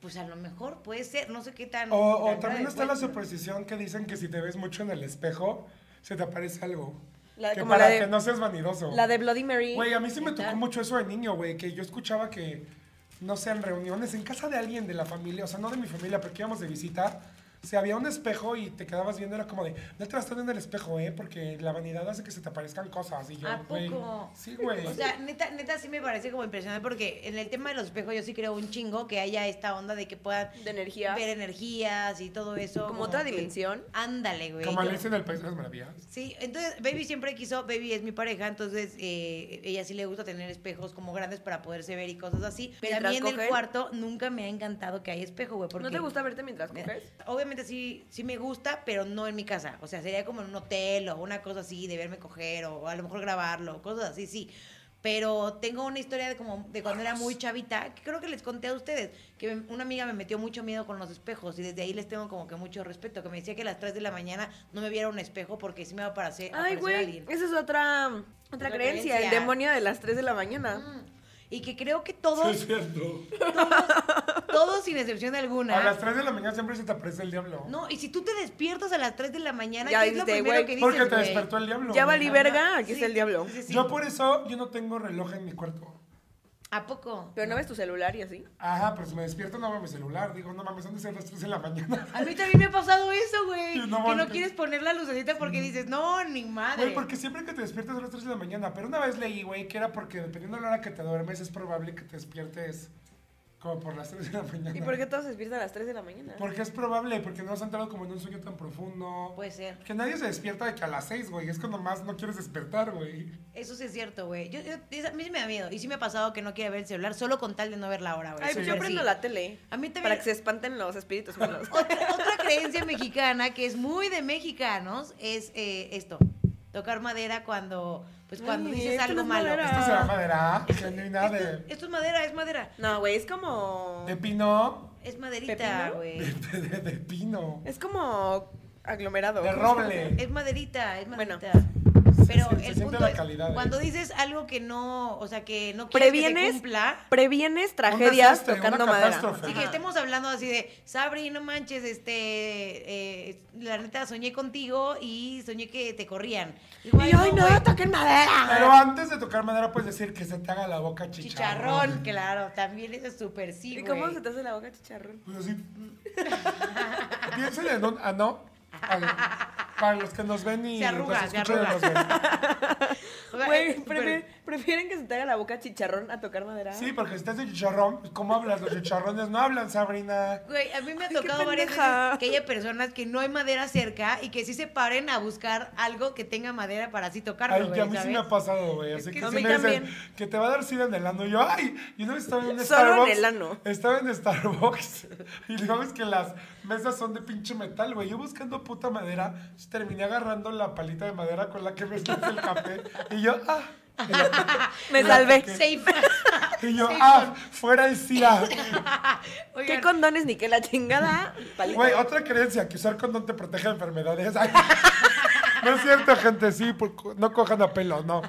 pues a lo mejor puede ser, no sé qué tan
O, o
tan
también
grave,
está la
pues.
superstición que dicen que si te ves mucho en el espejo, se te aparece algo.
La-
que
como
para
la de-
que no seas vanidoso.
La de Bloody Mary.
Güey, a mí sí me
Neta.
tocó mucho eso de niño, güey, que yo escuchaba que, no sé, en reuniones, en casa de alguien de la familia, o sea, no de mi familia, porque íbamos de visita, se había un espejo y te quedabas viendo, era como de, no te vas a estar viendo el espejo, ¿eh? Porque la vanidad hace que se te aparezcan cosas. Y yo,
¿A
güey.
poco?
Sí, güey.
O sea, neta, neta sí me parece como impresionante porque en el tema de los espejos yo sí creo un chingo que haya esta onda de que puedan
De energía.
ver energías y todo eso.
Como otra
que-
dimensión.
Ándale, güey.
como
Yo-
Alicia en el País de las Maravillas.
Sí, entonces Baby siempre quiso, Baby es mi pareja, entonces eh, ella sí le gusta tener espejos como grandes para poderse ver y cosas así. Pero a mí
Mientras
en el
cogen.
cuarto nunca me ha encantado que hay espejo, güey. Porque
¿No te gusta verte mientras coges?
Eh, Obviamente sí, sí me gusta, pero no en mi casa. O sea, sería como en un hotel o una cosa así, de verme coger o a lo mejor grabarlo, cosas así, sí. Pero tengo una historia de como de cuando era muy chavita, que creo que les conté a ustedes, que me- una amiga me metió mucho miedo con los espejos y desde ahí les tengo como que mucho respeto, que me decía que a las 3 de la mañana no me viera un espejo porque sí me va a parecer,
Ay,
aparecer
güey.
alguien.
Esa es otra, otra,
Otra
creencia.
creencia.
El demonio de las 3 de la mañana.
Mm. Y que creo que todos,
cierto.
todos sin excepción alguna.
A las 3 de la mañana siempre se te aparece el diablo.
No, y si tú te despiertas a las 3 de la mañana,
Ya
¿qué es lo
dijiste,
primero
güey,
que dices,
porque te
güey?
despertó el diablo.
Ya valí
Ajá.
verga, aquí
Sí.
está el diablo.
Sí, sí, sí.
Yo por eso, yo no tengo reloj en mi cuarto.
¿A poco?
Pero no ves tu celular y así.
Ajá, pero si me despierto no veo mi celular. Digo, no mames, ¿dónde se las 3 de la mañana?
A mí también me ha pasado eso, güey.
Sí, no
que no
mames.
quieres poner la lucecita porque dices, no, ni madre.
Güey, porque siempre que te despiertas a las 3 de la mañana, pero una vez leí, güey, que era porque dependiendo de la hora que te duermes es probable que te despiertes como por las 3 de la mañana.
¿Y por qué todos se despiertan a las 3 de la mañana?
Porque es probable, porque no has entrado como en un sueño tan profundo.
Puede ser.
Que nadie se despierta de que a las 6, güey, es cuando más no quieres despertar, güey.
Eso sí es cierto, güey. Yo, yo- esa- a mí sí me da miedo. Y sí me ha pasado que no quiere ver el celular solo con tal de no ver la hora, güey.
Ay, pues
Súper
yo prendo
sí.
la tele.
A mí también-
Para que se espanten los espíritus malos.
Otra, otra creencia mexicana que es muy de mexicanos es eh, esto, tocar madera cuando, pues, cuando
Ay,
dices
esto
algo
no es
malo.
madera.
Esto-
Esto se va a madera. que no hay nada de,
Esto es madera, es madera.
No, güey, es como.
de pino.
Es maderita,
¿Pepino?
güey.
De, de- de pino.
Es como aglomerado.
De roble.
Es maderita, es
Bueno.
maderita.
Se-
Eh, Pero
se- se
el
siente
punto
la
es,
calidad, ¿eh?
cuando dices algo que no, o sea, que no quieres que se
Previenes,
cumpla,
previenes tragedias
desastre, una
tocando madera.
catástrofe.
Así que
Ajá.
estemos hablando así de, Sabri, no manches, este, eh, la neta soñé contigo y soñé que te corrían.
Y yo, ay, no,
güey,
toquen madera.
Pero antes de tocar madera puedes decir que se te haga la boca
Chicharrón,
chicharrón.
claro, también eso es súper sí,
¿Y
güey.
cómo se te hace la boca chicharrón?
Pues así. Piensen en un. Ah, no. Para, para los que nos ven y
Se arruga,
nos
se
escuchan y
arruga.
nos ven.
O sea,
Güey,
eh,
prefi- prefieren que se te haga la boca chicharrón a tocar madera.
Sí, porque si estás de chicharrón, pues, ¿cómo hablas? Los chicharrones no hablan, Sabrina.
Güey, a mí me ha
Ay, qué
tocado varias
pendeja.
veces que haya personas que no hay madera cerca y que sí se paren a buscar algo que tenga madera para así tocarlo,
Ay,
güey,
que a mí sí
¿sabes?
me ha pasado, güey.
Es
Así
que
que,
a
sí
mí
me dicen
también.
que te va a dar sida en el ano. Y yo, ay, yo no estaba en un
Solo en
Starbucks.
el ano.
Estaba en Starbucks. Y digamos que las mesas son de pinche metal, güey. Yo buscando puta madera, pues, terminé agarrando la palita de madera con la que me hice el café. Y yo, ah. y la-
Me salvé.
Safe.
Y yo, ah, fuera el SIDA.
Oigan,
¿Qué condones ni qué la chingada? Palito.
Güey, otra creencia, que usar condón te protege de enfermedades. Ay, no es cierto, gente, sí, por co- no cojan a pelo, no.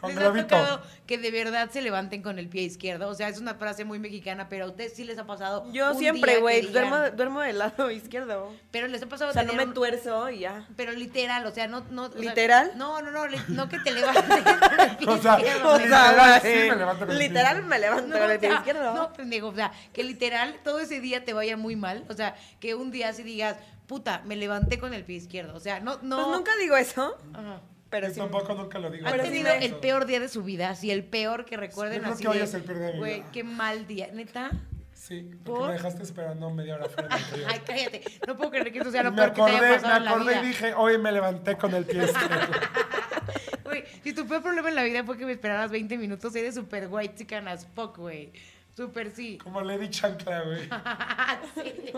Con
¿Les ha
globito.
tocado que de verdad se levanten con el pie izquierdo? O sea, es una frase muy mexicana, pero a ustedes sí les ha pasado.
Yo
un día
siempre,
que
güey,
digan-
duermo, duermo del lado izquierdo.
Pero les ha pasado
O sea, no
tener
me
un-
tuerzo y ya.
Pero literal, o sea, no. no o sea,
¿Literal?
no, no, no, le- no que te levantes. con el pie
O sea,
izquierdo,
o
güey.
sea, Literal, sí,
güey,
me levanto con el
literal
pie.
me levanto
No,
con
o
el pie
sea,
izquierdo.
no, pendejo, o sea, que literal todo ese día te vaya muy mal, o sea, que un día sí digas, puta, me levanté con el pie izquierdo, o sea, no, no.
Pues nunca digo eso,
Ajá.
pero
Yo
sí.
tampoco nunca lo digo.
¿Han
Pero sí
tenido
me-
el peor día de su vida? Así, el peor que recuerden
creo
así
que hoy
de,
es el peor día de mi
Güey,
vida".
qué mal día, neta.
Sí, porque
¿Por?
me dejaste esperando media hora fuera del frío.
Ay, cállate. No puedo creer que esto sea
Y
lo
me
peor que te haya
acordé, me
pasado en la
acordé
vida.
y dije, hoy me levanté con el pie este", izquierdo.
Güey, si tu peor problema en la vida fue que me esperaras 20 minutos, eres súper white chican as fuck, güey. Súper sí.
Como Lady Chancla, güey.
Sí.
Perdí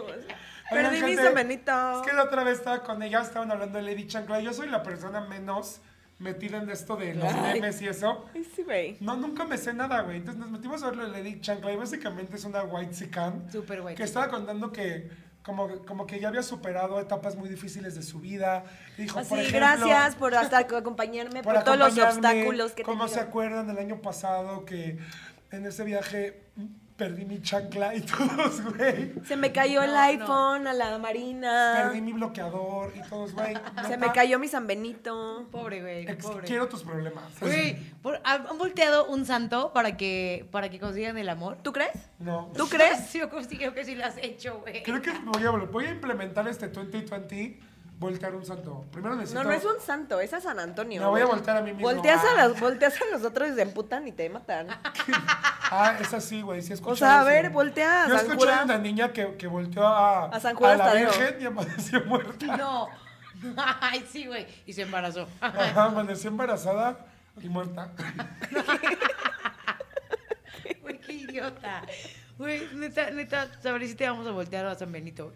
Oigan,
mi
gente,
semenito.
Es que la otra vez estaba con ella, estaban hablando de Lady Chancla. Yo soy la persona menos metida en esto de los
Ay.
memes y eso.
Ay, Sí, güey.
No, nunca me sé nada, güey. Entonces nos metimos a ver lo de Lady Chancla y básicamente es una white sican.
Súper white
Que estaba contando que como, como que ya había superado etapas muy difíciles de su vida.
Ah,
Dijo,
Así,
por ejemplo,
gracias por hasta acompañarme por,
por
todos los
acompañarme.
obstáculos que
¿Cómo
tengo.
se acuerdan el año pasado que en ese viaje perdí mi chancla y todos, güey?
Se me cayó el
No, no.
iPhone a la Marina.
Perdí mi bloqueador y todos, güey.
Se
neta,
me cayó mi San Benito.
Pobre, güey.
ex-
Pobre.
Quiero tus problemas.
Güey, por- ¿han han volteado un santo para que, para que consigan el amor?
¿Tú crees?
No.
¿Tú crees?
Sí, yo creo que sí lo has hecho, güey.
Creo que voy a, voy a implementar este 2020 voltear un santo. Primero necesito...
No, no es un santo, es a San Antonio.
Me voy a
güey.
voltear a mí mismo.
Volteas a,
Ah.
las, volteas a los otros y se emputan y te matan.
Ah, es así, güey. Sí, he escuchado
O sea, a
eso.
ver, voltea a
Yo
San
escuché
Judas.
a una niña que, que volteó a,
A San Judas
la
Tadeo.
Virgen y amaneció muerta.
No. Ay, sí, güey. Y se embarazó.
Ajá, amaneció embarazada y muerta.
Güey, qué idiota. Güey, neta, neta, Sabri, si te vamos a voltear a San Benito.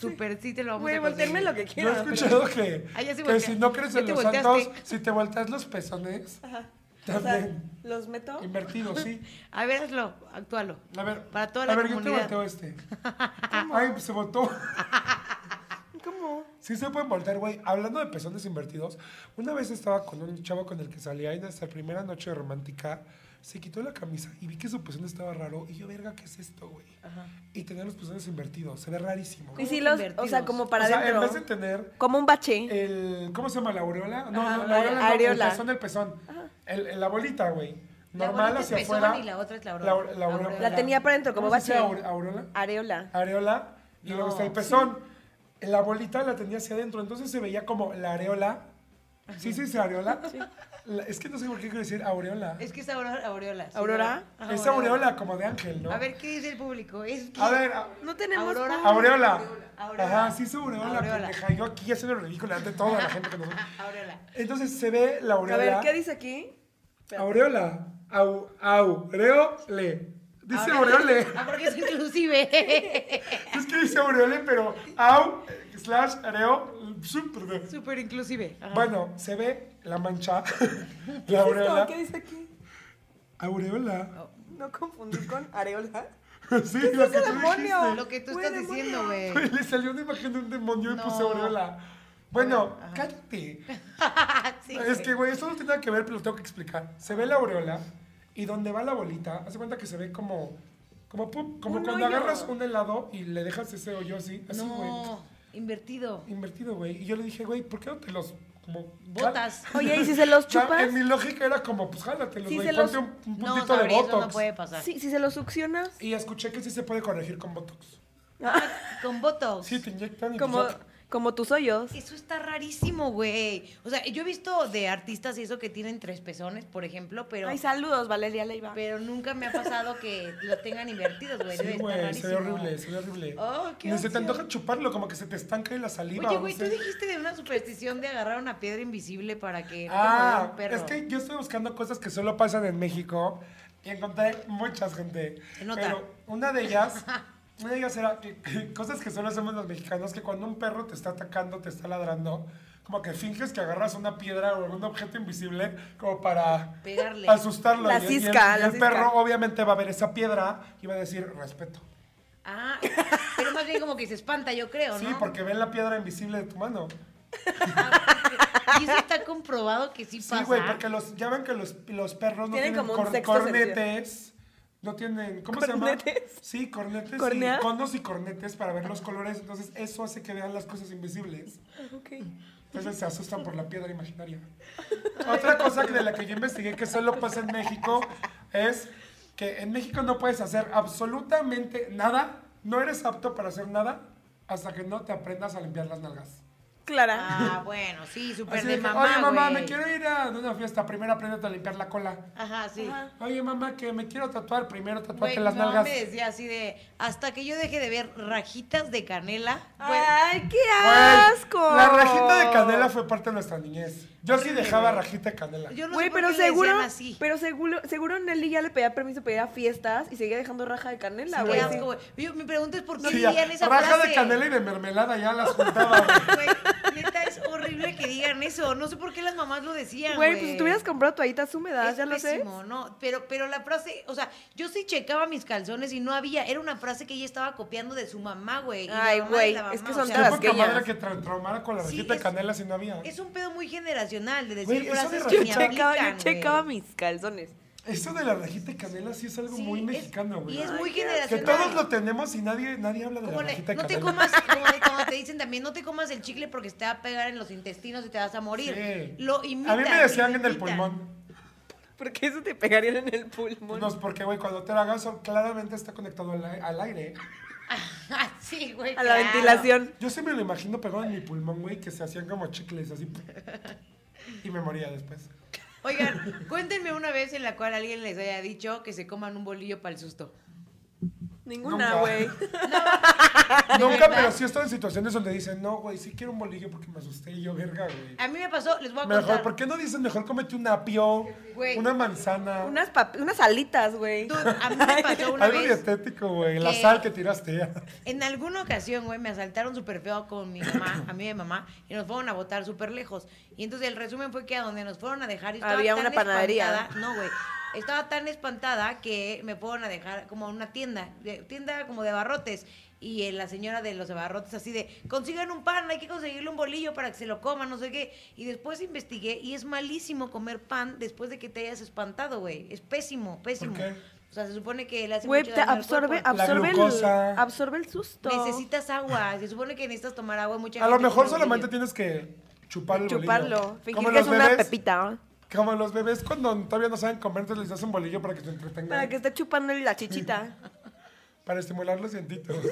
Super, sí te lo vamos
Güey,
a conseguir.
voltearme lo que
pues, Yo he
quieras.
escuchado que,
Ah, ya sí
que
voltea.
si no crees
Ya
en
te
los
volteaste.
santos, si te volteas los pezones,
O sea,
también
los meto.
invertido, sí.
A ver, hazlo, actúalo.
A ver,
Para toda
a
la
ver yo te
comunidad.
volteo este. Ay, pues se voltó.
¿Cómo?
Sí se pueden voltear, güey. Hablando de pezones invertidos, una vez estaba con un chavo con el que salía y en nuestra primera noche romántica se quitó la camisa y vi que su pezón estaba raro y yo, verga, ¿qué es esto, güey? Y tenía los pezones invertidos. Se ve rarísimo.
Y
güey.
si los, o sea,
invertidos?
como para
o sea, en vez de Eh,
adentro.
tener
Como un bache.
el... ¿Cómo se llama? ¿La aureola? No,
Ajá,
no, la aureola no,
areola.
El pezón del pezón. El, el- la bolita, güey.
La
Normal
bolita es
hacia
pezón
afuera.
y la otra es la
La,
aureola.
la aureola.
La
tenía para adentro, como
¿Cómo se dice
bache.
aure- aureola?
Areola.
areola y luego está el pezón. La bolita la tenía hacia adentro, entonces se veía como la areola. ¿Sí se dice areola? La- es que no sé por qué quiero decir aureola.
Es que es aurora. Aureola, sí,
¿Aurora?
¿no? Ajá,
Es aureola como de ángel, ¿no?
A ver, ¿qué dice el público? Es que-
A ver, a-
No tenemos.
Aurora.
pan.
aureola.
Aureola.
Ajá, sí es aureola,
Aureola.
pendeja. Yo aquí haciendo lo ridículo ante toda la gente que nos ve.
Aureola.
Entonces se ve la
A
aureola.
ver, ¿qué dice aquí?
Aureola. Au, aureole. Dice
Ahora-
Aureole.
Ah, porque es inclusive.
Es que dice Aureole, pero au slash areo. Super.
Súper inclusive. Ajá.
Bueno, se ve la mancha. La aureola.
¿Qué dice aquí?
Aureola.
No confundir con areola.
Sí, lo que tú
demonio?
dijiste.
Lo que tú
Güey,
estás
demonio.
diciendo, güey.
Le salió una imagen de un demonio y
No.
puse aureola. Bueno, cállate.
Sí,
es
güey.
que, güey, eso no tiene nada que ver, pero lo tengo que explicar. Se ve la aureola y donde va la bolita, hace cuenta que se ve como. Como, pum, como
Un
cuando
hoyo.
agarras un helado y le dejas ese hoyo así, así, güey.
No, invertido.
Invertido, güey. Y yo le dije, güey, ¿por qué no te los. Como,
Botas.
Oye, ¿y si se los
O sea,
chupas?
En mi lógica era como, pues jálatelos,
Sí,
güey.
se
ponte
los-
un, un
No,
puntito de
Sabri,
botox.
eso no puede pasar.
Sí, si se los succionas.
Y escuché que sí se puede corregir con botox.
Ah, Con botox.
Sí, te inyectan y
Como,
pues,
como tus hoyos.
Eso está rarísimo, güey. O sea, yo he visto de artistas y eso que tienen tres pezones, por ejemplo, pero,
Ay, saludos, Valeria Leiva.
pero nunca me ha pasado que lo tengan invertidos, güey. Debe
Sí,
estar
güey, se ve
rarísimo.
horrible, se ve horrible.
Oh, qué
Ni se te
ocio.
antoja chuparlo, como que se te estanca en la saliva.
Oye,
o
güey,
no
tú
sé.
dijiste de una superstición de agarrar una piedra invisible para que no te mordiera
Ah,
un perro.
es que yo estoy buscando cosas que solo pasan en México y encontré muchas, gente.
Se nota.
Pero una de ellas, una de ellas era que, que cosas que solo hacemos los mexicanos, que cuando un perro te está atacando, te está ladrando, como que finges que agarras una piedra o algún objeto invisible como para
Pegarle.
asustarlo.
La
Y el- y el-
cisca,
y
la
el
cisca.
perro obviamente va a ver esa piedra y va a decir respeto.
Ah, pero más bien como que se espanta, yo creo,
Sí,
¿no?
porque ven la piedra invisible de tu mano.
Y eso está comprobado que sí pasa.
Sí, güey, porque los, ya ven que los, los perros no
Tienen
tienen,
como un
cor-
sexto
cornetes. No tienen, ¿cómo se llama?
¿Cornetes?
Sí, cornetes
¿Cornea?
y conos y cornetes para ver los colores. Entonces, eso hace que vean las cosas invisibles. Entonces, se asustan por la piedra imaginaria. Otra cosa que de la que yo investigué que solo pasa en México es que en México no puedes hacer absolutamente nada. No eres apto para hacer nada hasta que no te aprendas a limpiar las nalgas.
Clara.
Ah, bueno, sí, súper
Así
de
de que,
mamá,
Oye, mamá,
güey.
me quiero ir a una fiesta. Primero aprende a limpiar la cola.
Ajá, sí.
Ajá.
Oye, mamá, que me quiero tatuar. Primero tatuate
Güey,
las
mi mamá
nalgas.
me decía así de, hasta que yo deje de ver rajitas de canela. güey,
Ah,
Ay, qué
Güey,
asco.
Pues, La rajita de canela fue parte de nuestra niñez. Yo sí dejaba rajita de canela.
yo no
Güey,
sé por
pero
qué le
seguro,
decían así.
pero seguro, seguro Nelly ya le pedía permiso para ir a fiestas y seguía dejando raja de canela,
Qué
güey.
asco, güey. Yo- mi pregunta es por qué
Sí, ya,
dirían esa
raja
frase.
de canela y de mermelada ya las juntaba. güey.
Güey, neta, es horrible que digan eso. No sé por qué las mamás lo decían, güey.
Güey, pues si te hubieras comprado toallitas húmedas,
Es
ya lo sé.
pésimo, no, pero, pero la frase, o sea, yo sí checaba mis calzones y no había, era una frase que ella estaba copiando de su mamá, güey. y la
Ay,
mamá de
güey,
la mamá,
es que
o
son
sea,
Qué
Las
poca
que ya-
madre que tra traumara con la
Sí,
rajita de
es-
canela si no había.
Es un pedo muy generacional de decir
Güey, eso
frases
de
que
Yo
ni
rajita-
checaba, yo
aplican, güey.
checaba mis calzones.
Eso de la rajita de canela sí es algo
Sí,
muy
es-
mexicano,
Y
güey.
es muy
Ay, qué asco.
Que
generacional.
todos lo tenemos y nadie, nadie habla de
Como
la
le-
rajita de
no te
canela.
comas, como, de- como te dicen también, no te comas el chicle porque te va a pegar en los intestinos y te vas a morir.
Sí.
Lo imitan.
A mí me decían
lo
en el
imitan.
pulmón.
Porque eso te pegarían en el pulmón.
No, es porque, güey, cuando te la hagas, claramente está conectado al, ai- al aire.
Ah, sí, güey.
a la
claro.
ventilación.
Yo sí me lo imagino pegado en mi pulmón, güey, que se hacían como chicles así. Y me moría después.
Oigan, cuéntenme una vez en la cual alguien les haya dicho que se coman un bolillo para el susto.
Ninguna,
Nunca.
güey.
Nunca,
verdad?
pero sí he estado en situaciones donde dicen, no, güey, sí quiero un bolillo porque me asusté y yo, verga, güey.
A mí me pasó, les voy a
Mejor,
contar.
¿por qué no dicen mejor comete un apio,
Güey.
una manzana,
Unas, pap- unas alitas, güey.
Tú, a mí me pasó una
algo
vez.
dietético, güey, la
que-
sal que tiraste.
En alguna ocasión, güey, me asaltaron súper feo con mi mamá, a mí y mi mamá, y nos fueron a votar súper lejos. Y entonces el resumen fue que a donde nos fueron a dejar, yo estaba
Había
tan
una panadería.
espantada- no, güey. Estaba tan espantada que me fueron a dejar como a una tienda, de- tienda como de abarrotes. Y eh, la señora de los abarrotes así de, consigan un pan, hay que conseguirle un bolillo para que se lo coman, no sé qué. Y después investigué y es malísimo comer pan después de que te hayas espantado, güey. Es pésimo, pésimo.
qué?
O sea, se supone que le hace
Güey,
mucho
te
daño al
absorbe,
cuerpo.
absorbe el,
glucosa.
absorbe el susto.
Necesitas agua. Se supone que necesitas tomar agua. Mucha
A lo
gente
mejor
toma
solamente
bolillo.
tienes que chupar el
Chuparlo.
bolillo.
Fingir que es una pepita.
Como los bebés cuando todavía no saben comer, entonces les das un bolillo para que se entretengan.
Para que esté chupando la chichita.
Para estimular los dientitos.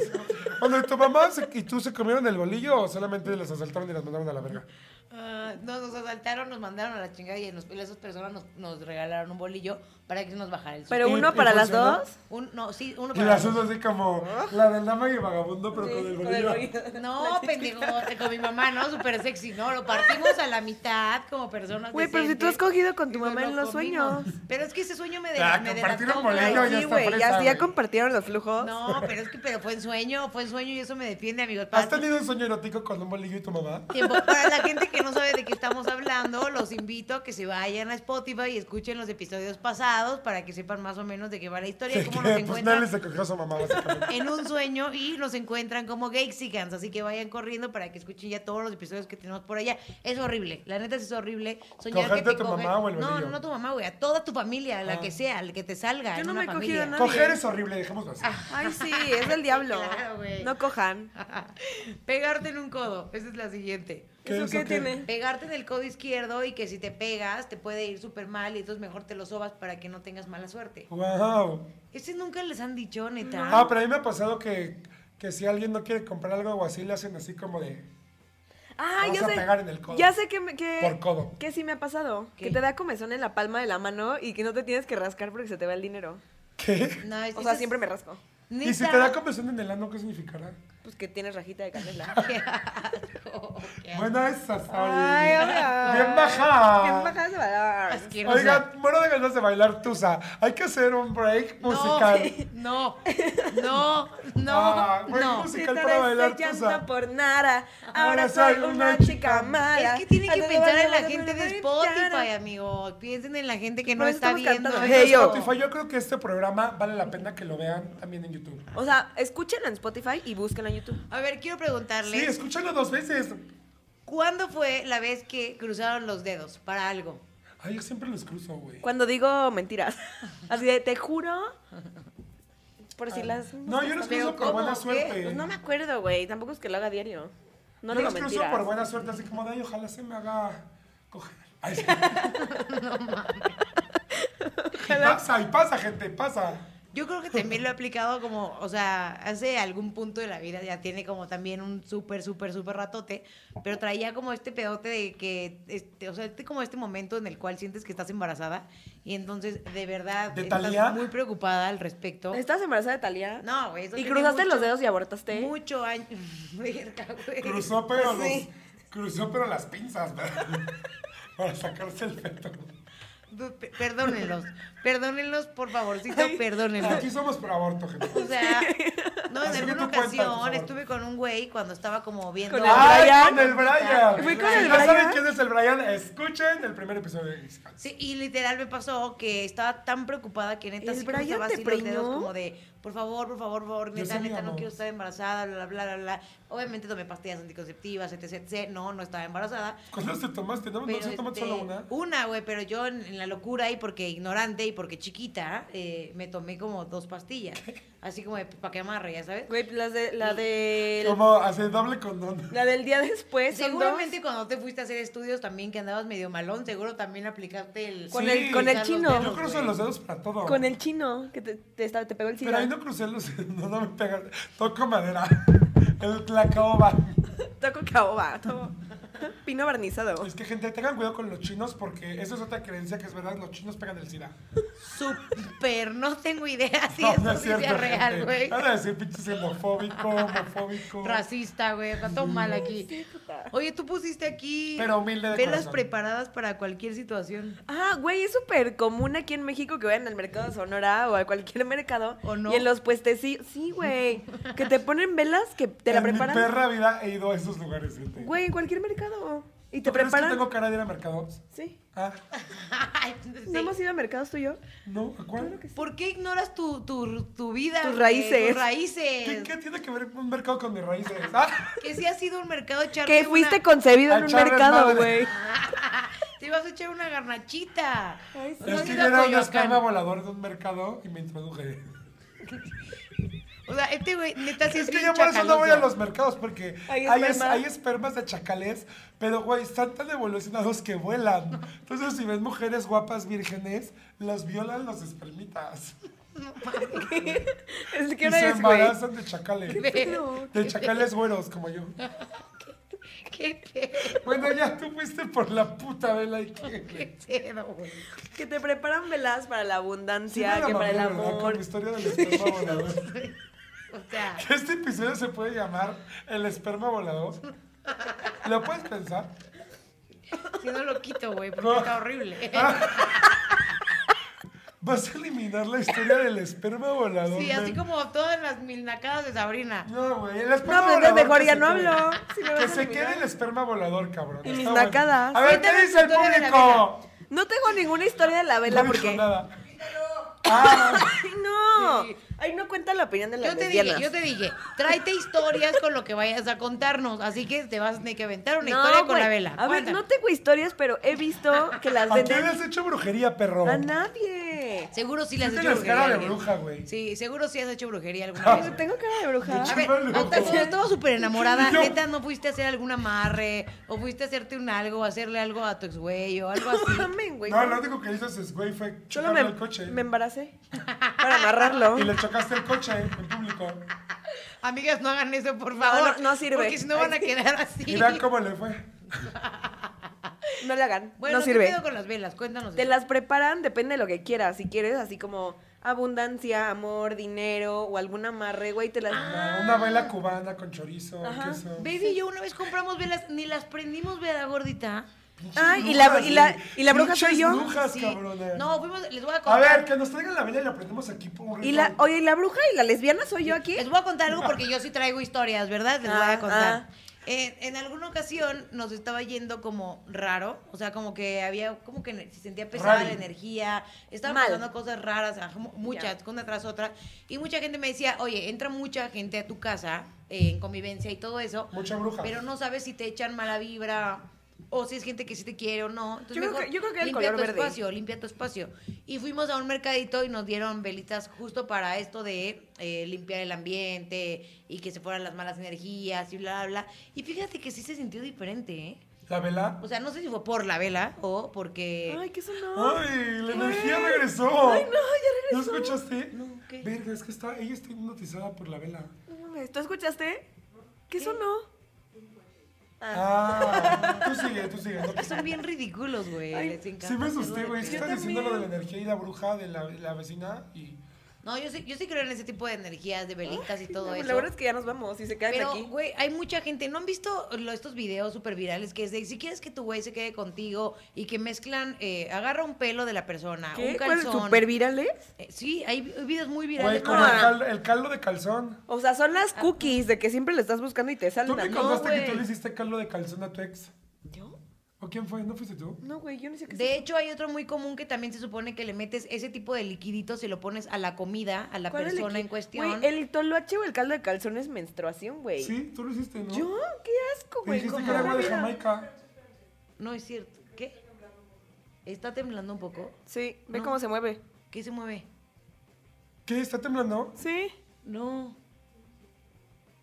Bueno, ¿y tu mamá se- y tú se comieron el bolillo o solamente los asaltaron y las mandaron a la verga?
Ah, nos, nos asaltaron, nos mandaron a la chingada y, nos, y esas personas nos, nos regalaron un bolillo para que nos bajara el susto.
Pero
¿Y-
uno
y
para las
funcionó?
dos.
Un- no, sí, uno
Y
para
las
los-
uso así como la del dama y vagabundo, pero con el bolillo.
No, pendejo, con mi mamá, ¿no? Súper sexy, ¿no? Lo partimos a la mitad como personas
Güey, pero si tú
decentes.
has cogido con tu
Y nos
mamá
lo
en los
comimos.
sueños.
Pero es que ese sueño me, de,
Ah,
me
compartir
delató,
un
güey.
boleto,
Ay,
ya
sí,
está
güey,
fresa,
ya, ya
güey.
compartieron los flujos.
No, pero es que pero fue en sueño, fue en sueño y eso me defiende, amigos.
¿Has
Para,
tenido un sueño erótico con un bolillo y tu mamá?
tiempo- para la gente que no sabe de qué estamos hablando, los invito a que se vayan a Spotify y escuchen los episodios pasados para que sepan más o menos de qué va la historia y
Que,
cómo nos
pues
encuentran.
nadie se cogió a su mamá, básicamente.
en un sueño y nos encuentran como Gexicans. Así que vayan corriendo para que escuchen ya todos los episodios que tenemos por allá. Es horrible. La neta sí es horrible. Soñar
¿Cogerte
que te
a tu
cogen-
mamá o el
No,
bolillo?
no, no tu mamá, güey. A toda tu familia, la
Ah.
que sea, el que te salga.
Yo
en
no Ah.
una
me he cogido a
familia.
nadie.
Coger es horrible, dejémoslo así.
Ay, sí, es del diablo.
Claro, güey.
no cojan.
Pegarte en un codo. Esa es la siguiente.
¿Qué
¿Eso
es
qué
o qué?
tiene?
Pegarte en el codo izquierdo y que si te pegas te puede ir súper mal y entonces mejor te lo sobas para que no tengas mala suerte.
Wow.
Ese nunca les han dicho, neta.
Ah, pero a mí me ha pasado que, que si alguien no quiere comprar algo o así, le hacen así como de...
Ah,
Vamos
ya
a
sé.
pegar en el codo.
Ya sé que, me- que
Por codo.
Que sí me ha pasado.
¿Qué?
Que te da comezón en la palma de la mano y que no te tienes que rascar porque se te va el dinero.
¿Qué?
No, es-
O sea,
esas-
siempre me rasco.
¿Y si
Neta.
te da comezón en el ano, qué significará?
Pues que tienes rajita de canela.
Qué asco, qué asco.
Bueno, esa, sorry.
Ay, hola.
Bien baja.
Bien baja ese valor.
Asquerosa.
Oigan, muero de ganas de bailar Tusa. Hay que hacer un break musical.
No, no, no,
Ah, güey,
no.
música.
Si
musical
te
para bailar
llanta
tusa.
por nada, ahora soy una chica mala.
Es que tienen que
Ahora
pensar en
voy a
la gente de
bailar
Spotify, amigos. Piensen en la gente que no
Por eso
está
estamos
viendo.
cantando.
esto.
Hey, yo.
Spotify, yo creo que este programa vale la pena que lo vean también en YouTube.
O sea, escúchenlo en Spotify y búsquenlo en YouTube.
A ver, quiero
Sí,
preguntarles,
escúchalo dos veces.
¿cuándo fue la vez que cruzaron los dedos para algo?
Ay, yo siempre los cruzo, güey.
Cuando digo mentiras. Así de, te juro. Por si las.
No, yo los
Pero
cruzo por
¿cómo?
buena
¿Qué?
suerte.
Pues no me acuerdo, güey. Tampoco es que lo haga diario. No
yo
digo
los cruzo
mentiras.
por buena suerte, así como de, ay, ojalá se me haga coger. Ay, sí. Y pasa, y pasa, gente, pasa.
Yo creo que también lo he aplicado como, o sea, hace algún punto de la vida ya tiene como también un súper, súper, súper ratote, pero traía como este pedote de que, este, o sea, este, como este momento en el cual sientes que estás embarazada y entonces de verdad
¿De Thalía?
estás muy preocupada al respecto.
¿Estás embarazada de Talía?
No, güey. eso
¿Y
tiene
cruzaste
mucho-
los dedos y abortaste?
Mucho año. Verga, güey.
Cruzó, pero
Sí.
los- cruzó, pero las pinzas, ¿verdad? Para sacarse el feto.
Du- pe- Perdónenlos. Perdónenlos, por favorcito, perdónenlos.
Aquí somos pro aborto, gente.
O sea, no, en
Así
alguna
que tú cuenta, por
ocasión
favor.
estuve con un güey cuando estaba como viendo.
Con el
Ah,
¡Ay,
Brian?
con el Brian!
Fui con
si
el
no
Brian.
saben quién es el Brian, escuchen el primer episodio de X
Sí, y literal me pasó que estaba tan preocupada que neta
¿El
sí
Brian
cruzaba
te
así los dedos
preñó?
como de, por favor, por favor, por favor,
Yo
neta,
sé, mi
neta, no
amor.
quiero estar embarazada, bla, bla, bla, bla. Obviamente tomé pastillas anticonceptivas, etc, etc. No, no estaba embarazada.
¿Cuántas te tomaste? ¿No,
Pero,
¿no se toman
este,
solo una?
Una, güey, pero yo en, en la locura y porque ignorante y porque chiquita, eh, me tomé como dos pastillas. Así como de para que amarre, ya sabes.
Güey, las de, la del.
Como hace doble condón.
La del día después. son
Seguramente cuando te fuiste a hacer estudios también que andabas medio malón, seguro también aplicaste el...
Con el- con
cruzar
el
los
chino.
dedos,
Yo cruzo
güey.
los dedos para todo.
dos. Con el chino, que te, te, esta- te pegó el
Pero
sida.
ahí no crucé los dedos, no, no me pegaron. Toco madera. El tlacaoba.
Toco caoba. toco- Pino barnizado.
Es que, gente, tengan cuidado con los chinos porque eso es otra creencia que es verdad. Los chinos pegan el SIDA.
Super, no tengo idea si
no,
eso
no
sí sea
gente.
real, güey.
Van a decir pinche xenofóbico, homofóbico.
Racista, güey, está todo mal aquí. Oye, tú pusiste aquí
Pero humilde de
velas
corazón.
preparadas para cualquier situación.
Ah, güey, es súper común aquí en México que vayan al mercado de Sonora o a cualquier mercado.
¿O no?
Y en los puestecitos. Sí, güey. Que te ponen velas que te la
en mi
preparan.
perra vida he ido a esos lugares, gente.
Güey, en cualquier mercado. Y te
¿Tú crees
preparan.
que tengo cara de ir a mercados?
Sí.
Ah,
Ay, sí.
¿No hemos ido a mercados tú y yo?
no, ¿a cuál?
¿Por qué ignoras tu, tu, tu vida?
Tus
güey?
raíces.
Tus raíces.
¿Qué, qué tiene que ver un mercado con mis raíces? Ah,
Que si has ido a un mercado echarte
Que
una-
fuiste concebido
A
en un
echarles
mercado,
madre.
güey.
Te vas a echar una garnachita.
Ay, sí.
No
es
has
que
ido
yo
a
era un
Coyoacán.
esperma volador de un mercado y me introduje.
O sea, este güey, neta, sí es,
Es que
bien
yo por eso no voy a
chacaloso.
los mercados porque
Hay
hay, es-
esperma.
hay espermas de chacales, pero güey, están tan evolucionados que vuelan. Entonces, si ves mujeres guapas vírgenes, las violan los espermitas.
Es que
Y
ahora
se
es, güey.
embarazan de chacales.
Qué feo,
De chacales güeros, como yo.
¿Qué
Bueno, ya tú fuiste por la puta vela y que.
pedo, güey?
Que te preparan velas para la
Sí,
abundancia,
me la
ah, que para
mamé,
el
¿verdad? Con
amor.
la historia del esperma volador.
O sea,
Este episodio se puede llamar El esperma volador. ¿Lo puedes pensar?
si no lo quito, güey, porque
No. Ah,
está horrible.
¿Vas a eliminar la historia del esperma volador?
Sí, así
men?
como todas las milnacadas de Sabrina.
No, güey, el
No,
esperma
pues
volador
entonces mejor
que
ya
se
no
quede.
hablo. si me vas
Que
a
se
eliminar.
quede el esperma volador, cabrón.
Y mis
Está bueno.
nacadas.
A ver, ¿qué
Cuéntame
dice el
tu historia de la
público?
No tengo ninguna historia de la vela
No dijo
porque.
nada. Ah,
Ay, no.
Sí.
Ay, no cuenta la opinión de las
Yo te
lesbianas.
dije, yo te dije, tráete historias con lo que vayas a contarnos. Así que te vas a tener que aventar una
No,
historia con
güey.
la vela.
A ver,
Cuéntame.
no tengo historias, pero he visto que las
¿a quién
venden
le has hecho brujería, perro?
a nadie.
Seguro sí le has
Tienes
hecho brujería. a
cara de
alguien.
bruja, güey. Ah,
Sí, seguro sí has hecho brujería alguna vez.
Tengo cara de bruja.
A
Sí,
ver,
vale,
ahorita
ojo.
cuando estaba súper enamorada,
Yo-
neta, ¿no fuiste a hacer algún amarre? ¿O fuiste a hacerte un algo, hacerle algo a tu ex güey o algo
No
así?
mamen, güey.
No, lo único que hizo es, güey, fue
Solo
chocarle
me,
el coche.
me embaracé para amarrarlo.
Y le chocaste el coche en público.
Amigas, no hagan eso, por favor.
no, no sirve.
Porque si no van a quedar así.
Y vean cómo le fue.
No le hagan.
Bueno,
no
¿qué
sirve.
pedo con las velas? Cuéntanos.
Te
eso.
las preparan, depende de lo que quieras. Si quieres, así como abundancia, amor, dinero o algún amarre, güey, te las.
Ah, Una vela cubana con chorizo,
Ajá.
queso.
Baby, yo una vez compramos velas, ni las prendimos, vela gordita.
Ay, y la, y la, y la bruja
Pinches
soy yo.
brujas,
Sí.
cabrona.
No, fuimos, les voy a
A
contar.
ver, que nos traigan la vela y la prendemos aquí por un
Y la,
ritual.
oye, ¿y la bruja y la lesbiana soy yo aquí?
Les voy a contar algo porque yo sí traigo historias, ¿verdad? Les voy
Ah,
a contar.
ah.
En, en alguna ocasión nos estaba yendo como raro, o sea, como que había, como que ne- se sentía pesada
Rari.
la energía, estaban
Mal.
pasando cosas raras, ajá, mu- muchas, una tras otra, y mucha gente me decía, oye, entra mucha gente a tu casa eh, en convivencia y todo eso,
Mucha bruja.
pero no sabes si te echan mala vibra o si es gente que sí te quiere o no. Entonces
Yo creo
mejor
que- yo creo que era el
limpia
color
tu
verde.
espacio, limpia tu espacio. Y fuimos a un mercadito y nos dieron velitas justo para esto de eh, limpiar el ambiente y que se fueran las malas energías y bla, bla, bla. Y fíjate que sí se sintió diferente, ¿eh?
¿La vela?
O sea, no sé si fue por la vela o porque...
Ay, ¿qué sonó?
Ay, la
Ay.
energía regresó.
Ay, no, ya
¿No
regresó.
escuchaste?
No, ¿qué?
Verga, es que está, ella está hipnotizada por la vela.
No mames, ¿Tú escuchaste? ¿Qué sonó?
Ah, tú sigue, tú sigue. no
que
te-
son bien ridículos, güey. Les encanta
Sí me
hacerlo
asusté,
de
güey. Es que
pedo.
estás diciendo lo de la energía y la bruja de la, la vecina y...
No, yo sí, yo sí creo en ese tipo de energías, de velitas y todo
Ay,
eso.
La verdad es que ya nos vamos y se quedan
Pero,
aquí.
güey, hay mucha gente. ¿No han visto lo- estos videos súper virales que es de si quieres que tu güey se quede contigo y que mezclan, eh, agarra un pelo de la persona, un
¿Qué? ¿Cuáles
calzón?
super virales?
Eh, sí, hay vi- videos muy
Güey,
virales.
como el
Ah.
caldo, el caldo de calzón.
O sea, son las cookies de que siempre le estás buscando y te
¿Tú
salen.
me
a mí.
con-
contaste que
güey.
tú le hiciste caldo de calzón a tu ex?
¿Yo?
¿O quién fue? ¿No fuiste tú?
No, güey, yo no sé qué
De
es
hecho, hay otro muy común que también se supone que le metes ese tipo de liquidito, se lo pones a la comida, a la
¿Cuál es el
persona
que-
en cuestión.
Güey, el toloache o el caldo de calzón es menstruación, güey.
Sí, tú lo hiciste, ¿no?
¿Yo? Qué asco,
Te
güey.
dijiste
¿cómo
que era agua de
sabía?
Jamaica.
No es cierto. ¿Qué? ¿Está temblando un poco?
Sí, ve
No.
cómo se mueve.
¿Qué se mueve?
¿Qué? ¿Está temblando?
Sí.
No.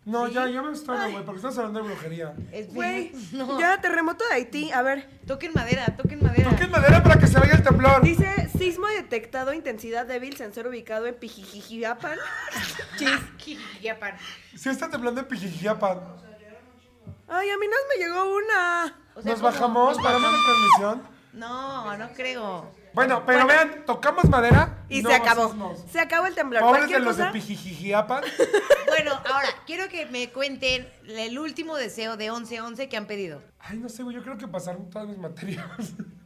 No,
Sí.
ya, ya me estoy, güey, porque estás hablando de brujería.
Es
Güey,
No.
ya terremoto de Haití. A ver,
Toquen madera, toquen madera.
Toquen madera para que se vaya el temblor.
dice sismo detectado, intensidad débil, sensor ubicado en Pijijijiapan.
Ya, pan.
Sí está temblando en Pijijiapan.
Ay, a mí no me llegó una.
O sea,
Nos
¿cómo?
bajamos, paramos la transmisión.
No, no creo.
Bueno, pero
Bueno.
vean, tocamos madera
Y
no
se
hubo
acabó.
sismos.
Se acabó el temblor.
Pobres de
Cualquier
los de
cosa.
Pijijijiapan.
Bueno, ahora quiero que me cuenten el último deseo de 1111 que han pedido.
Ay, no sé, güey, yo creo que pasaron todas mis materias.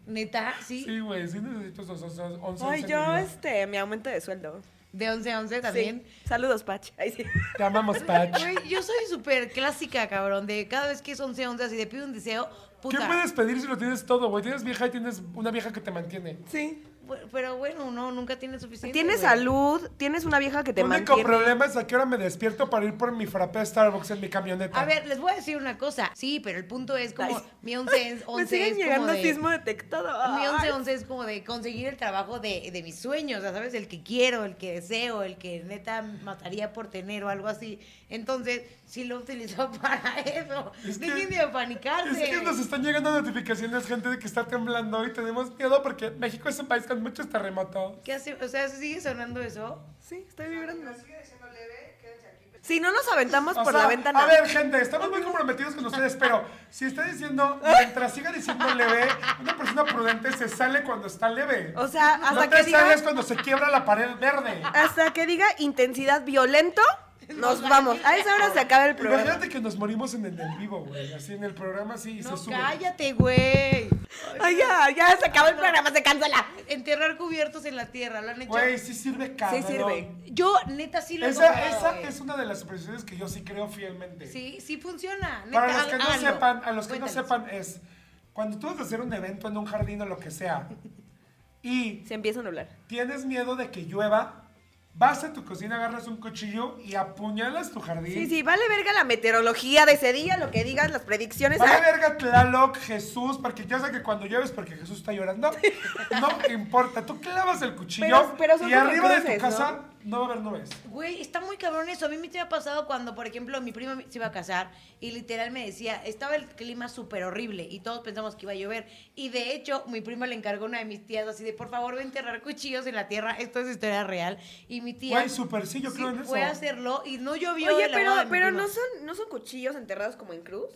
Neta, sí.
Sí, güey, sí necesito esos 11 once
Ay,
en mi
yo,
vida.
este, mi aumento de sueldo.
De 1111 también.
Sí. Saludos, Pach. Ay, sí.
Te amamos, Patch.
Güey, yo soy súper clásica, cabrón. De cada vez que es 1111 así de pido un deseo,
¿Qué
puta.
puedes pedir si lo tienes todo, güey? Tienes vieja y tienes una vieja que te mantiene.
Sí.
Bu- Pero bueno, no, nunca tienes suficiente.
Tienes
güey.
salud, tienes una vieja que te
El único
mantiene.
problema es a qué hora me despierto para ir por mi frappé Starbucks en mi camioneta.
A ver, les voy a decir una cosa. Sí, pero el punto es como
Ay.
mi 1111
Me siguen
es
llegando
como de...
sismo detectado.
Mi
Ay.
11-11 es como de conseguir el trabajo de, de mis sueños, o sea, ¿sabes? El que quiero, el que deseo, el que neta mataría por tener o algo así. Entonces, sí lo utilizó para eso.
Es que-
Dejen de
Es
apanicarse.
que nos están llegando notificaciones, gente, de que está temblando y tenemos miedo porque México es un país con muchos terremotos.
¿Qué hace? O sea, ¿sigue sonando eso?
Sí, estoy vibrando. Si no nos aventamos
O
por
sea,
la ventana.
A ver, gente, estamos muy comprometidos con ustedes, pero si está diciendo, mientras siga diciendo leve, una persona prudente se sale cuando está leve.
O sea, hasta
no
que
te
diga-
sales cuando se quiebra la pared verde.
Hasta que diga intensidad violento, nos
Nos
vamos. A esa hora se acaba el programa.
Imagínate que nos morimos en el del vivo, güey. Así en el programa, sí, y se
No,
sube.
cállate, güey.
Ay, ya, ya se acaba el programa, se cancela.
Enterrar cubiertos en la tierra, lo han hecho.
Güey, sí sirve cabrón.
Sí sirve.
Yo, neta, sí lo he
Esa,
comprado,
esa
güey.
es una de las supersticiones que yo sí creo fielmente.
Sí, sí funciona. Neta,
Para los que
há-
no
háganlo.
sepan, a los que no
Cuéntales.
sepan es, cuando tú vas a hacer un evento en un jardín o lo que sea, y
Se empiezan a hablar.
tienes miedo de que llueva, vas a tu cocina, agarras un cuchillo y apuñalas tu jardín.
Sí, sí, vale verga la meteorología de ese día, lo que digas, las predicciones.
Vale
Ah,
verga Tlaloc, Jesús, porque ya sé que cuando llueves porque Jesús está llorando, no importa, tú clavas el cuchillo
Pero- pero son
y arriba de
cruces,
tu casa ¿no? va a haber nubes.
Güey, está muy cabrón eso. A mí me te había pasado cuando, por ejemplo, mi prima se iba a casar y literal me decía, estaba el clima súper horrible y todos pensamos que iba a llover. Y de hecho, mi prima le encargó a una de mis tías así de, por favor, ve a enterrar cuchillos en la tierra. Esto es historia real. Y mi tía...
Güey, súper, sí, yo creo en
fue
eso.
a hacerlo y no llovió.
Oye,
en la
pero,
boda de mi
pero
prima.
no son, no son cuchillos enterrados como en cruz.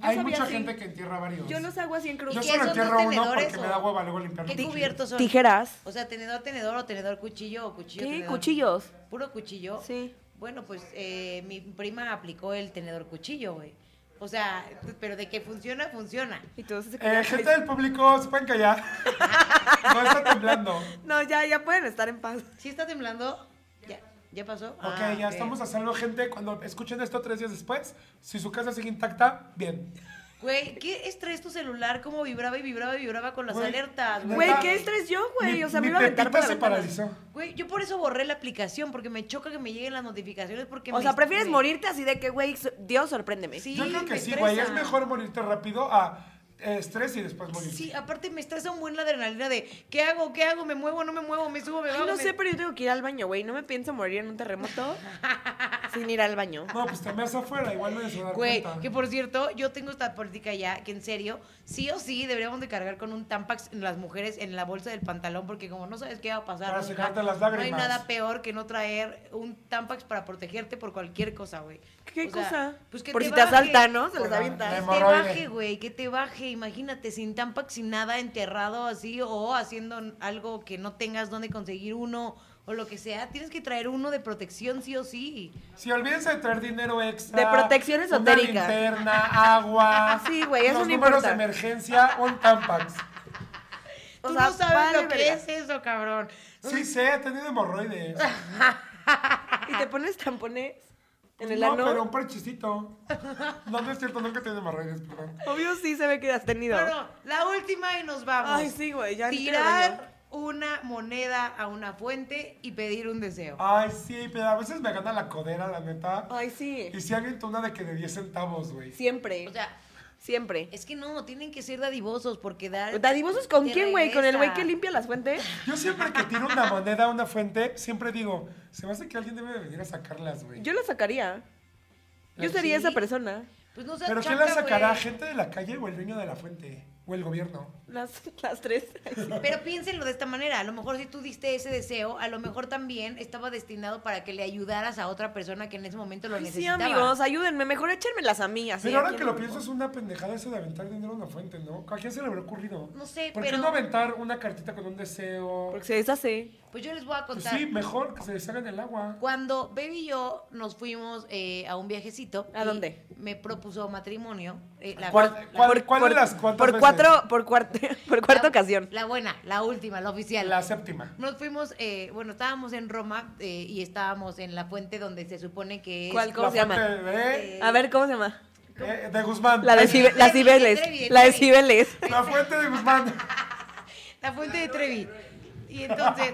Yo
Hay
sabía
mucha
así.
gente que entierra varios.
Yo los hago así en cruz.
Yo
¿Y qué
solo
son
entierro
los
uno
tenedores
porque me
o-
da hueva luego limpiarlo.
¿Qué cubiertos son?
Tijeras.
O sea, tenedor, tenedor o tenedor, cuchillo o cuchillo.
¿Qué?
tenedor.
¿Cuchillos?
¿Puro cuchillo?
Sí.
Bueno, pues eh, mi prima aplicó el tenedor cuchillo, güey. O sea, pero de que funciona, funciona.
Y todos se
Eh,
quedan-
gente del público, se pueden callar. No está temblando.
No, ya, ya pueden estar en paz.
¿Sí está temblando? ¿Ya, ¿ya pasó?
Ah,
Ah,
Ok, ya estamos a salvo, gente. Cuando escuchen esto tres días después, si su casa sigue intacta, bien.
Güey, ¿qué estrés tu celular? ¿Cómo vibraba y vibraba y vibraba con las
Güey,
alertas?
neta.
Güey, ¿qué estrés yo, güey?
Mi-
O sea, me
mi
iba a aventar por
pepita
la
se
ventana.
paralizó.
Güey, yo por eso borré la aplicación, porque me choca que me lleguen las notificaciones porque
O
me-
sea, prefieres
me-
morirte así de que, güey, so- Dios, sorpréndeme.
Sí,
Yo creo que
me
sí, güey. Es
estresa.
mejor morirte rápido a eh, estrés y después morir.
Sí, aparte me estresa un buen la adrenalina de ¿qué hago? ¿Qué hago? ¿Me muevo? ¿No me muevo? ¿Me subo? ¿Me
Ay,
bajo?
no
me-
sé, pero yo tengo que ir al baño, güey. No me pienso morir en un terremoto sin ir al baño.
No, pues te meas afuera, igual no se va a dar
Güey,
cuenta.
que por cierto, yo tengo esta política ya, que en serio, sí o sí deberíamos de cargar con un Tampax en las mujeres en la bolsa del pantalón, porque como no sabes qué va a pasar,
Para
nunca,
secarte las
no hay
lágrimas.
nada peor que no traer un Tampax para protegerte por cualquier cosa, güey.
¿Qué
O sea,
cosa?
Pues que
por si te
baje.
asaltan, ¿no? Se
Por
los
la-
avientan.
Que te
Hemorroide.
baje, güey, que te baje, imagínate, sin Tampax, sin nada, enterrado así, o haciendo algo que no tengas dónde conseguir uno, o lo que sea, tienes que traer uno de protección sí o sí.
Si olvídense de traer dinero extra.
De protección esotérica.
Una linterna, agua.
Sí, güey, eso
los
no
números
importa.
de emergencia, un Tampax.
O
Tú
sea,
no sabes
vale
lo que
verga.
es eso, cabrón.
Sí, sé, he tenido hemorroides.
Y te pones tampones en el
Pues no,
ano.
pero un parchecito. No, no es cierto, nunca he tenido hemorroides, perdón.
Obvio sí se ve que has tenido.
Bueno, la última y nos vamos.
Ay, sí, güey, ya ni quiero bañar.
Tirar una moneda a una fuente y pedir un deseo.
Ay, sí, pero a veces me gana la codera, la neta.
Ay, sí.
Y si alguien tuna de que de 10 centavos, güey.
Siempre.
O sea,
siempre.
es que no, tienen que ser dadivosos porque dar.
Pues, ¿Dadivosos con
te
quién, güey? ¿Con el güey que
regresa.
limpia las fuentes?
Yo siempre que tiro una moneda a una fuente, siempre digo, se me hace que alguien debe de venir a sacarlas, güey.
Yo la sacaría. Yo
Ay,
sería
sí.
esa persona.
Pues no seas
¿Pero quién
chaca,
las sacará?
güey.
¿Gente de la calle o el dueño de la fuente? ¿O el gobierno?
Las, las tres. Ay, sí.
Pero piénsenlo de esta manera, a lo mejor si tú diste ese deseo, a lo mejor también estaba destinado para que le ayudaras a otra persona que en ese momento lo
Ay, sí,
necesitaba.
amigos, ayúdenme. Mejor échenmelas a mí. Así,
Pero ahora
aquí
que
en
lo
el-
pienso, es una pendejada eso de aventar dinero a una fuente, ¿no? ¿A quién se le habrá ocurrido?
No sé,
¿Por
pero-
qué no aventar una cartita con un deseo?
Porque se deshace.
Pues yo les voy a
Pues
contar.
sí, mejor que se deshagan el agua.
Cuando Baby y yo nos fuimos eh, a un viajecito.
¿A
y
dónde?
Me propuso matrimonio. eh, la- la-
¿Cuál- cuál- cuál de las cuántas
Por
veces?
cuatro, por cuarta, por cuarta
la-
ocasión.
La buena, la última, la oficial.
La séptima.
Nos fuimos, eh, bueno, estábamos en Roma eh, y estábamos en la fuente donde se supone que es...
¿Cuál? ¿Cómo
La
se llama?
fuente De,
Eh,
A ver, ¿cómo se llama?
eh, de Guzmán.
La de Cibe- la
Trevi,
Cibeles.
Trevi,
La de
Trevi.
Cibeles.
La fuente de Guzmán.
La fuente de Trevi. Y entonces,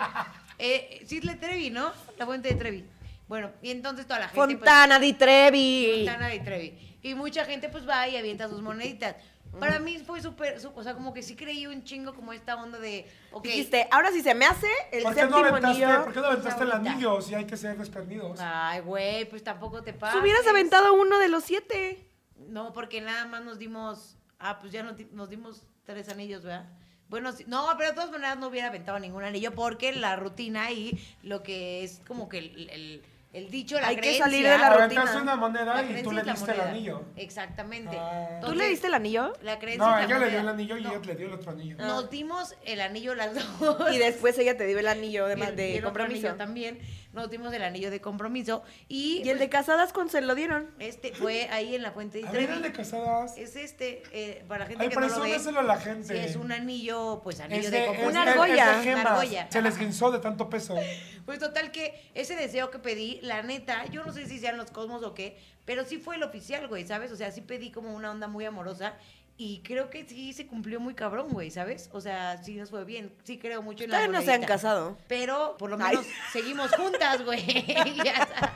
eh, sí es la Trevi, ¿no? La fuente de Trevi. Bueno, y entonces toda la gente... pues,
Fontana di Trevi.
Fontana de Trevi. Y mucha gente pues va y avienta sus moneditas. Para
Mm.
mí fue súper, su- o sea, como que sí creí un chingo como esta onda de, ok,
Dijiste, ahora si se me hace el
¿Por qué no
séptimo
aventaste,
anillo.
¿por qué no aventaste el
Ahorita.
anillo si hay que ser desprendidos?
ay, güey, pues tampoco te
Pues
pasa.
hubieras aventado uno de los siete.
No, porque nada más nos dimos, ah, pues ya nos, di- nos dimos tres anillos, ¿verdad? Bueno, sí- no, pero de todas maneras no hubiera aventado ningún anillo porque la rutina y lo que es como que el, el- el dicho, la
Hay que
creencia.
salir de la rutina.
Aventaste una moneda y tú
creencia
le
es la
diste el
moneda.
anillo.
Exactamente.
Ah.
¿Tú le diste el anillo?
La creencia es
No,
la
ella le dio el
moneda.
anillo y
No,
ella le dio el otro anillo.
Nos dimos el anillo las dos.
Y después ella te dio el anillo de, ma-
Y el-
de
y el otro anillo
compromiso.
también. Nos dimos el anillo de compromiso. Y,
Y el de casadas con se lo dieron.
este fue ahí en la fuente de
A ver, el
Trevi.
de casadas.
Es este, eh, para la gente
Ay,
que no lo ve.
presúmeselo a la gente.
sí, es un anillo, pues anillo
Es
de
de-
compromiso.
Una
es de-
argolla.
es de gemas.
Una argolla.
Se les guinzó de tanto peso.
Pues total que ese deseo que pedí, la neta, yo no sé si sean los cosmos o qué, pero sí fue el oficial, güey, ¿sabes? O sea, sí pedí como una onda muy amorosa y creo que sí se cumplió muy cabrón, güey, ¿sabes? O sea, sí nos fue bien, sí creo mucho en la
Ustedes no se han
monedita.
casado.
Pero por lo
Ay.
menos seguimos juntas, güey. Ya sabes.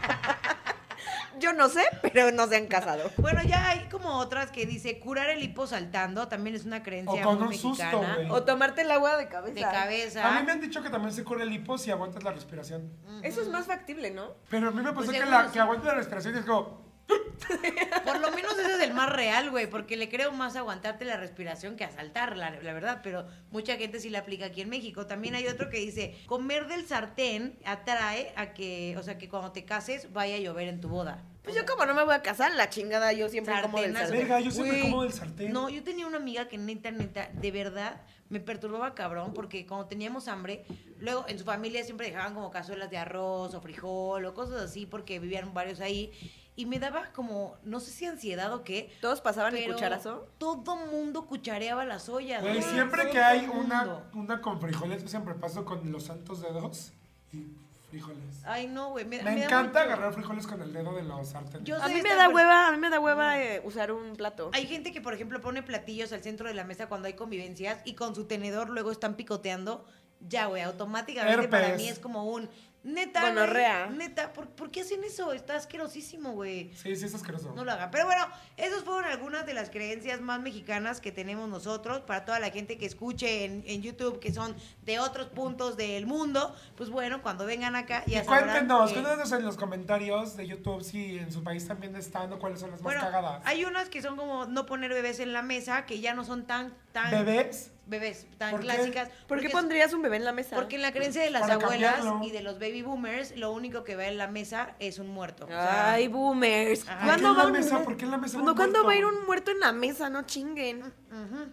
Yo no sé, pero no se han casado.
bueno, ya hay como otras que dice curar el hipo saltando, también es una creencia
O con
muy
un susto,
mexicana.
güey.
O tomarte el agua de cabeza.
De cabeza.
A mí me han dicho que también se cura el hipo si aguantas la respiración.
Eso es más factible, ¿no?
Pero a mí me pasó
Pues
que,
seguro
la,
sí.
que aguantas la respiración y es como...
Por lo menos ese es el más real, güey, porque le creo más aguantarte la respiración que asaltarla, la verdad, pero mucha gente sí la aplica aquí en México. También hay otro que dice, comer del sartén atrae a que, o sea, que cuando te cases vaya a llover en tu boda.
Pues yo como no me voy a casar, la chingada yo siempre como del
Sartenazo.
sartén.
Verga, yo siempre
Güey,
como del sartén.
No, yo tenía una amiga que neta, neta, de verdad me perturbaba cabrón porque cuando teníamos hambre, luego en su familia siempre dejaban como cazuelas de arroz o frijol o cosas así porque vivían varios ahí. Y me daba como, no sé si ansiedad o qué.
Todos pasaban el
pero
cucharazo.
Todo mundo cuchareaba las ollas.
Güey,
güey.
siempre
Todo
que hay
mundo.
una, una con frijoles, yo siempre paso con los santos dedos y frijoles.
Ay, no, güey. Me,
Me,
me da
encanta
mucho-
agarrar frijoles con el dedo de los sartenes.
Yo-
A
soy
mí me
esta
da
per-
hueva, a mí me da hueva eh, usar un plato.
Hay gente que, por ejemplo, pone platillos al centro de la mesa cuando hay convivencias y con su tenedor luego están picoteando. Ya, güey, automáticamente para
Herpes.
mí es como un... Neta, güey,
Gonorrea.
neta, ¿por, por qué hacen eso? Está asquerosísimo, güey.
Sí, sí, es asqueroso.
No lo hagan. Pero bueno, esas fueron algunas de las creencias más mexicanas que tenemos nosotros. Para toda la gente que escuche en, en YouTube, que son de otros puntos del mundo, pues bueno, cuando vengan acá ya
y
sabrán
cuéntenos,
que-
cuéntenos en los comentarios de YouTube si en su país también están o cuáles son las más
Bueno,
cagadas.
hay unas que son como no poner bebés en la mesa, que ya no son tan... tan
¿Bebés?
bebés tan
¿Por qué?
clásicas.
¿Por qué
porque-
pondrías un bebé en la mesa?
Porque en la creencia de las
Para
abuelas
cambiarlo.
y de los baby boomers, lo único que va en la mesa es un muerto. O sea,
Ay, boomers.
Ajá.
¿Por qué en la
un
mesa?
muerto?
¿Por qué en la mesa va
No,
un
¿cuándo va a ir
muerto?
un muerto en la mesa? No chinguen.
ujú.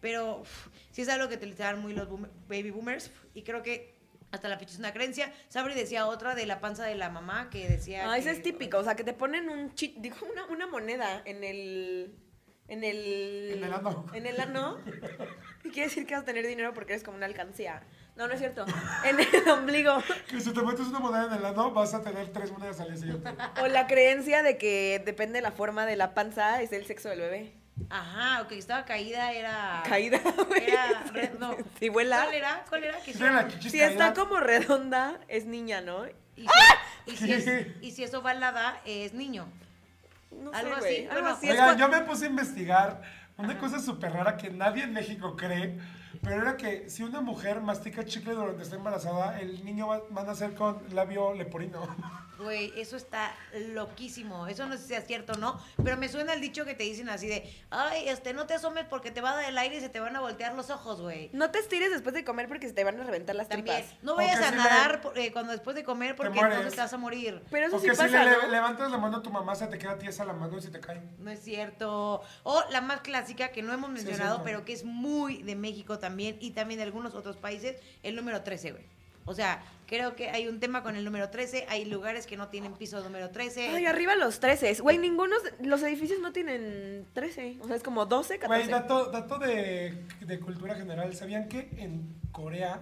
Pero uf, sí es algo que utilizaban muy los boom- baby boomers uf, y creo que hasta la fecha es una creencia. Sabri decía otra de la panza de la mamá que decía...
Ah,
que-
esa es típica, o sea, que te ponen un chi- digo, una, una moneda en el... En el...
En el ano.
En el ano. Y quiere decir que vas a tener dinero porque eres como una alcancía. No, no es cierto. En el ombligo.
Que si te metes una moneda en el ano, vas a tener tres monedas al día siguiente.
O la creencia de que depende de la forma de la panza, es el sexo del bebé.
Ajá, o que estaba caída era...
Caída, güey.
Era... re- no.
Si vuela.
¿Cuál era? ¿Cuál era? Que
Si
sí-
tienen las chichis
Si está
caídas,
como redonda, es niña, ¿no?
Y si,
¡Ah!
y si es, y si es ovalada, es niño.
No
Algo
sé,
así,
güey. Algo
bueno.
así. es
Oigan,
cua-
yo me puse a investigar una cosa súper rara que nadie en México cree, pero era que si una mujer mastica chicle durante está embarazada, el niño va, va a nacer con labio leporino.
Güey, eso está loquísimo. Eso no sé si es cierto o no, pero me suena el dicho que te dicen así de, ay, este, no te asomes porque te va a dar el aire y se te van a voltear los ojos, güey.
No te estires después de comer porque se te van a reventar las
También,
tripas.
no
O
vayas
que
a
si
nadar
le-
por- eh, cuando después de comer porque
mueres.
entonces te vas a morir.
Pero eso sí
Porque
pasa,
si le le-
¿no?
levantas la mano a tu mamá, se te queda tiesa la mano y se te cae.
No es cierto. O la más clásica que no hemos
es
mencionado,
cierto.
pero que es muy de México también y también de algunos otros países, el número 13, güey. O sea, creo que hay un tema con el número 13, hay lugares que no tienen piso número 13.
Ay, arriba los 13. Güey, ninguno. Los edificios no tienen 13. O sea, es como 12, 14.
Güey, dato, dato de, de cultura general, ¿sabían que en Corea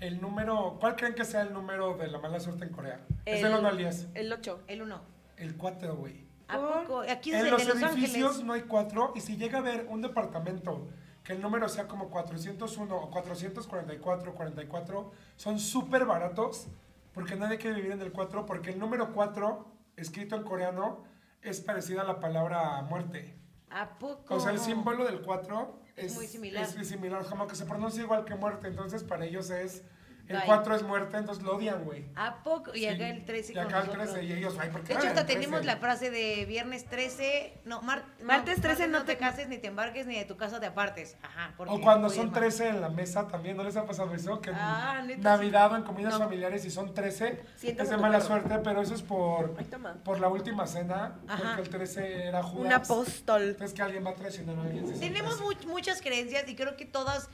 el número, cuál creen que sea el número de la mala suerte en Corea? es del 1 al 10.
El 8.
El 1.
El 4, güey.
¿A
Por-
poco? Aquí es
En
el
los
de Los
edificios
Ángeles.
no hay cuatro y si llega a haber un departamento que el número sea como 401 o 444, 44, son súper baratos porque nadie quiere vivir en el 4 porque el número 4, escrito en coreano, es parecido a la palabra muerte.
¿A poco?
O sea, el símbolo del 4 es
Oh. Muy similar.
es similar, como que se pronuncia igual que muerte, entonces para ellos es El
Ay.
4 es muerte, entonces lo odian, güey.
¿A poco? Y
Sí.
acá el 13
Y acá el 13 y ellos, ay, ¿por qué
De hecho,
van
hasta
al 13?
tenemos la frase de viernes 13, no, mar- no,
Martes 13 no
te
te-
cases, ni te embarques, ni de tu casa te apartes. Ajá. porque
O cuando
puede
son
mal.
13 en la mesa también, ¿no les ha pasado eso? Que en
Ah, neta,
Navidad o en comidas
No.
familiares y son 13,
Sientas
es
a
de
tu
mala
perro.
suerte, pero eso es por,
Ay, toma.
por la última cena,
Ajá.
porque el 13 era Judas.
Un apóstol.
Entonces que alguien va a traicionar a alguien. si son
Tenemos
13.
mu- muchas creencias y creo que todas,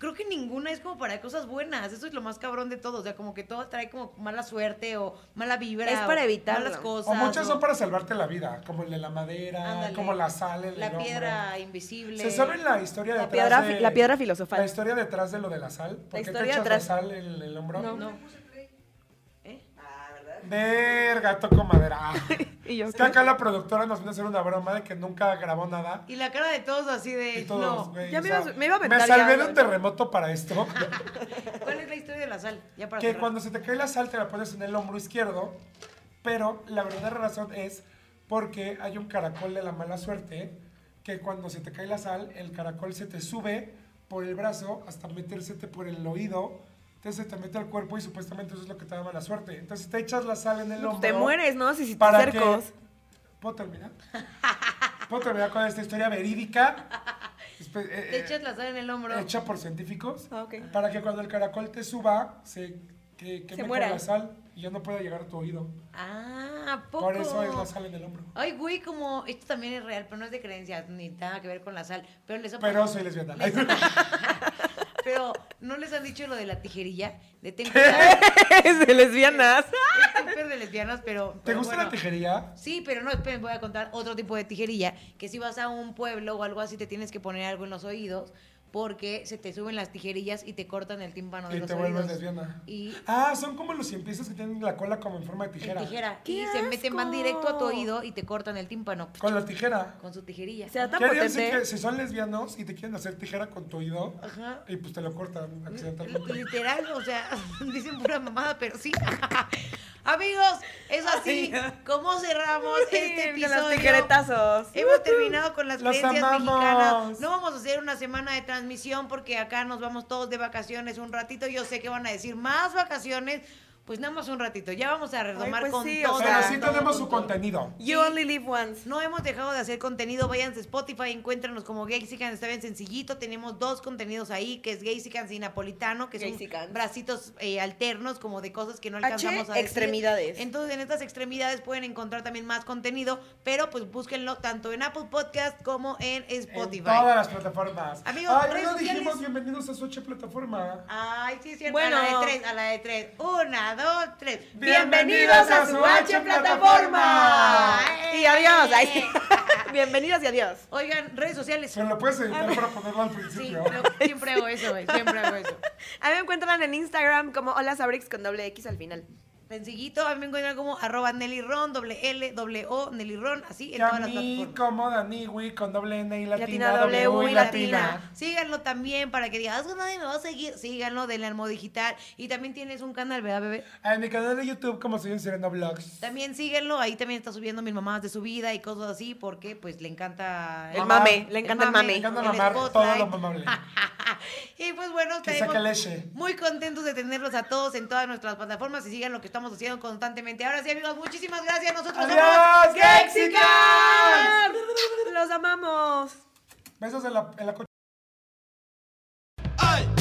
creo que ninguna es como para cosas buenas. Eso es lo más cabrón de todo. O sea, como que todo trae como mala suerte o mala vibra.
Es para
o
evitarlo.
Malas cosas.
O muchas
o-
son para salvarte la vida, como el de la madera,
Ándale.
como la sal, el
La
del hombro.
piedra invisible.
¿Se sabe la historia
La
detrás
piedra
de-
fi- la piedra filosofal.
La historia detrás de lo de la sal. ¿Por qué te
historia
echas
detrás-
la sal en el hombro?
No.
No. ¿Eh?
Verga, toco madera. Ah.
Y yo,
Es que acá la productora nos vino a hacer una broma de que nunca grabó nada.
Y la cara de todos así de.
Y todos,
no.
güey,
Eh, Ya
o
me
sea,
iba a- me iba a
Me
aventar
salvé
ya,
de un
güey.
terremoto para esto.
¿Cuál es la historia de la sal? Ya para
que
cerrar.
cuando se te cae la sal te la pones en el hombro izquierdo. Pero la verdadera razón es porque hay un caracol de la mala suerte que cuando se te cae la sal, el caracol se te sube por el brazo hasta metérsete por el oído. Entonces se te mete al cuerpo y supuestamente eso es lo que te da mala suerte. Entonces si te echas la sal en el hombro.
Te mueres, ¿no? Si, si te
para
acercos.
que- ¿Puedo terminar? ¿Puedo terminar con esta historia verídica? Espe- eh,
Te
eh,
echas la sal en el hombro.
hecha por científicos
Ah, ok.
para que cuando el caracol te suba se que, queme con
muera.
la sal y ya no pueda llegar a tu oído.
Ah, ¿a poco.
Por eso es la sal en el hombro.
Ay, güey, como esto también es real, pero no es de creencias, ni nada que ver con la sal. Pero les ha
Pero
pasado-
soy lesbiana.
Les- pero no les han dicho lo de la tijerilla, de ten
Es de lesbianas.
Es súper de lesbianas, pero.
¿Te
pero
gusta
bueno.
la tijería?
Sí, pero no, esperen, voy a contar otro tipo de tijerilla, que si vas a un pueblo o algo así te tienes que poner algo en los oídos porque se te suben las tijerillas y te cortan el tímpano de
Y
los
te vuelves
oídos.
lesbiana.
Y
Ah, son como los cien piezas que tienen la cola como en forma de
en
tijera.
tijera.
¡Qué
Y se meten, van
asco!
directo a tu oído y te cortan el tímpano pues,
Con la tijera.
con su tijerilla.
O sea, tan
¿Qué harían si,
potente.
que- si son lesbianos y te quieren hacer tijera con tu oído?
Ajá.
Y pues te lo cortan accidentalmente.
Literal, o sea, dicen pura mamada, pero sí. Amigos, es así como cerramos este
Con
episodio.
los tijeretazos.
Hemos terminado con las
Los
creencias
amamos.
mexicanas. No vamos a hacer una semana de transmisión porque acá nos vamos todos de vacaciones un ratito. Yo sé que van a decir más vacaciones, pues nada más un ratito. Ya vamos a retomar
pues
con
sí, o
todas.
Pero
sea,
sí tenemos su contenido.
You only live once.
No hemos dejado de hacer contenido. Váyanse a Spotify, encuéntranos como Gaysican. Está bien sencillito. Tenemos dos contenidos ahí, que es Gaysican y Napolitano, que son
Gaysicans.
bracitos eh, alternos, como de cosas que no
H,
alcanzamos a decir.
extremidades.
Entonces, en estas extremidades pueden encontrar también más contenido, pero pues búsquenlo tanto en Apple Podcast como en Spotify.
En todas las plataformas.
Amigos,
Ay,
redes
no dijimos
sociales. Ah,
bienvenidos a su oche plataforma.
Ay, sí, es cierto.
Bueno.
A la de tres, a la de tres. Una, dos, tres.
Bienvenidos a su H plataforma.
Y adiós. Ay, sí. Bienvenidos y adiós.
¡Eh! Oigan, redes sociales.
Se lo puedes editar para ponerlo al
ah, Sí,
principio.
yo siempre hago eso, güey, siempre hago eso.
A mí me encuentran en Instagram como Hola Sabrix con doble X al final.
Sencillito, a mí me encuentran como arroba Nelly Ron, doble L, doble O, Nelly Ron, así en
Y a
todas las
mí
plataformas.
como Daniwi con doble N y latina,
Latina,
doble U
W
y
y
latina.
Síganlo también para que digas, "Ah, es que nadie me va a seguir. Síganlo, denle al modo digital. Y también tienes un canal, ¿verdad, bebé?
En mi canal de YouTube como soy un Sereno Vlogs.
También síguenlo, ahí también está subiendo mis mamás de su vida y cosas así, porque pues le encanta
El
Mamá.
mame, le encanta el
mame.
mame.
Me encanta
El
mamar
spotlight.
todo lo mamable.
Y pues bueno,
Que
estaremos
saca leche.
muy contentos de tenerlos a todos en todas nuestras plataformas y sigan lo que estamos haciendo constantemente. Ahora sí, amigos, muchísimas gracias. Nosotros
¡Adiós, Gexicans!
Gexicans!
Los amamos.
Besos en la, en la
Ay, oh, oh,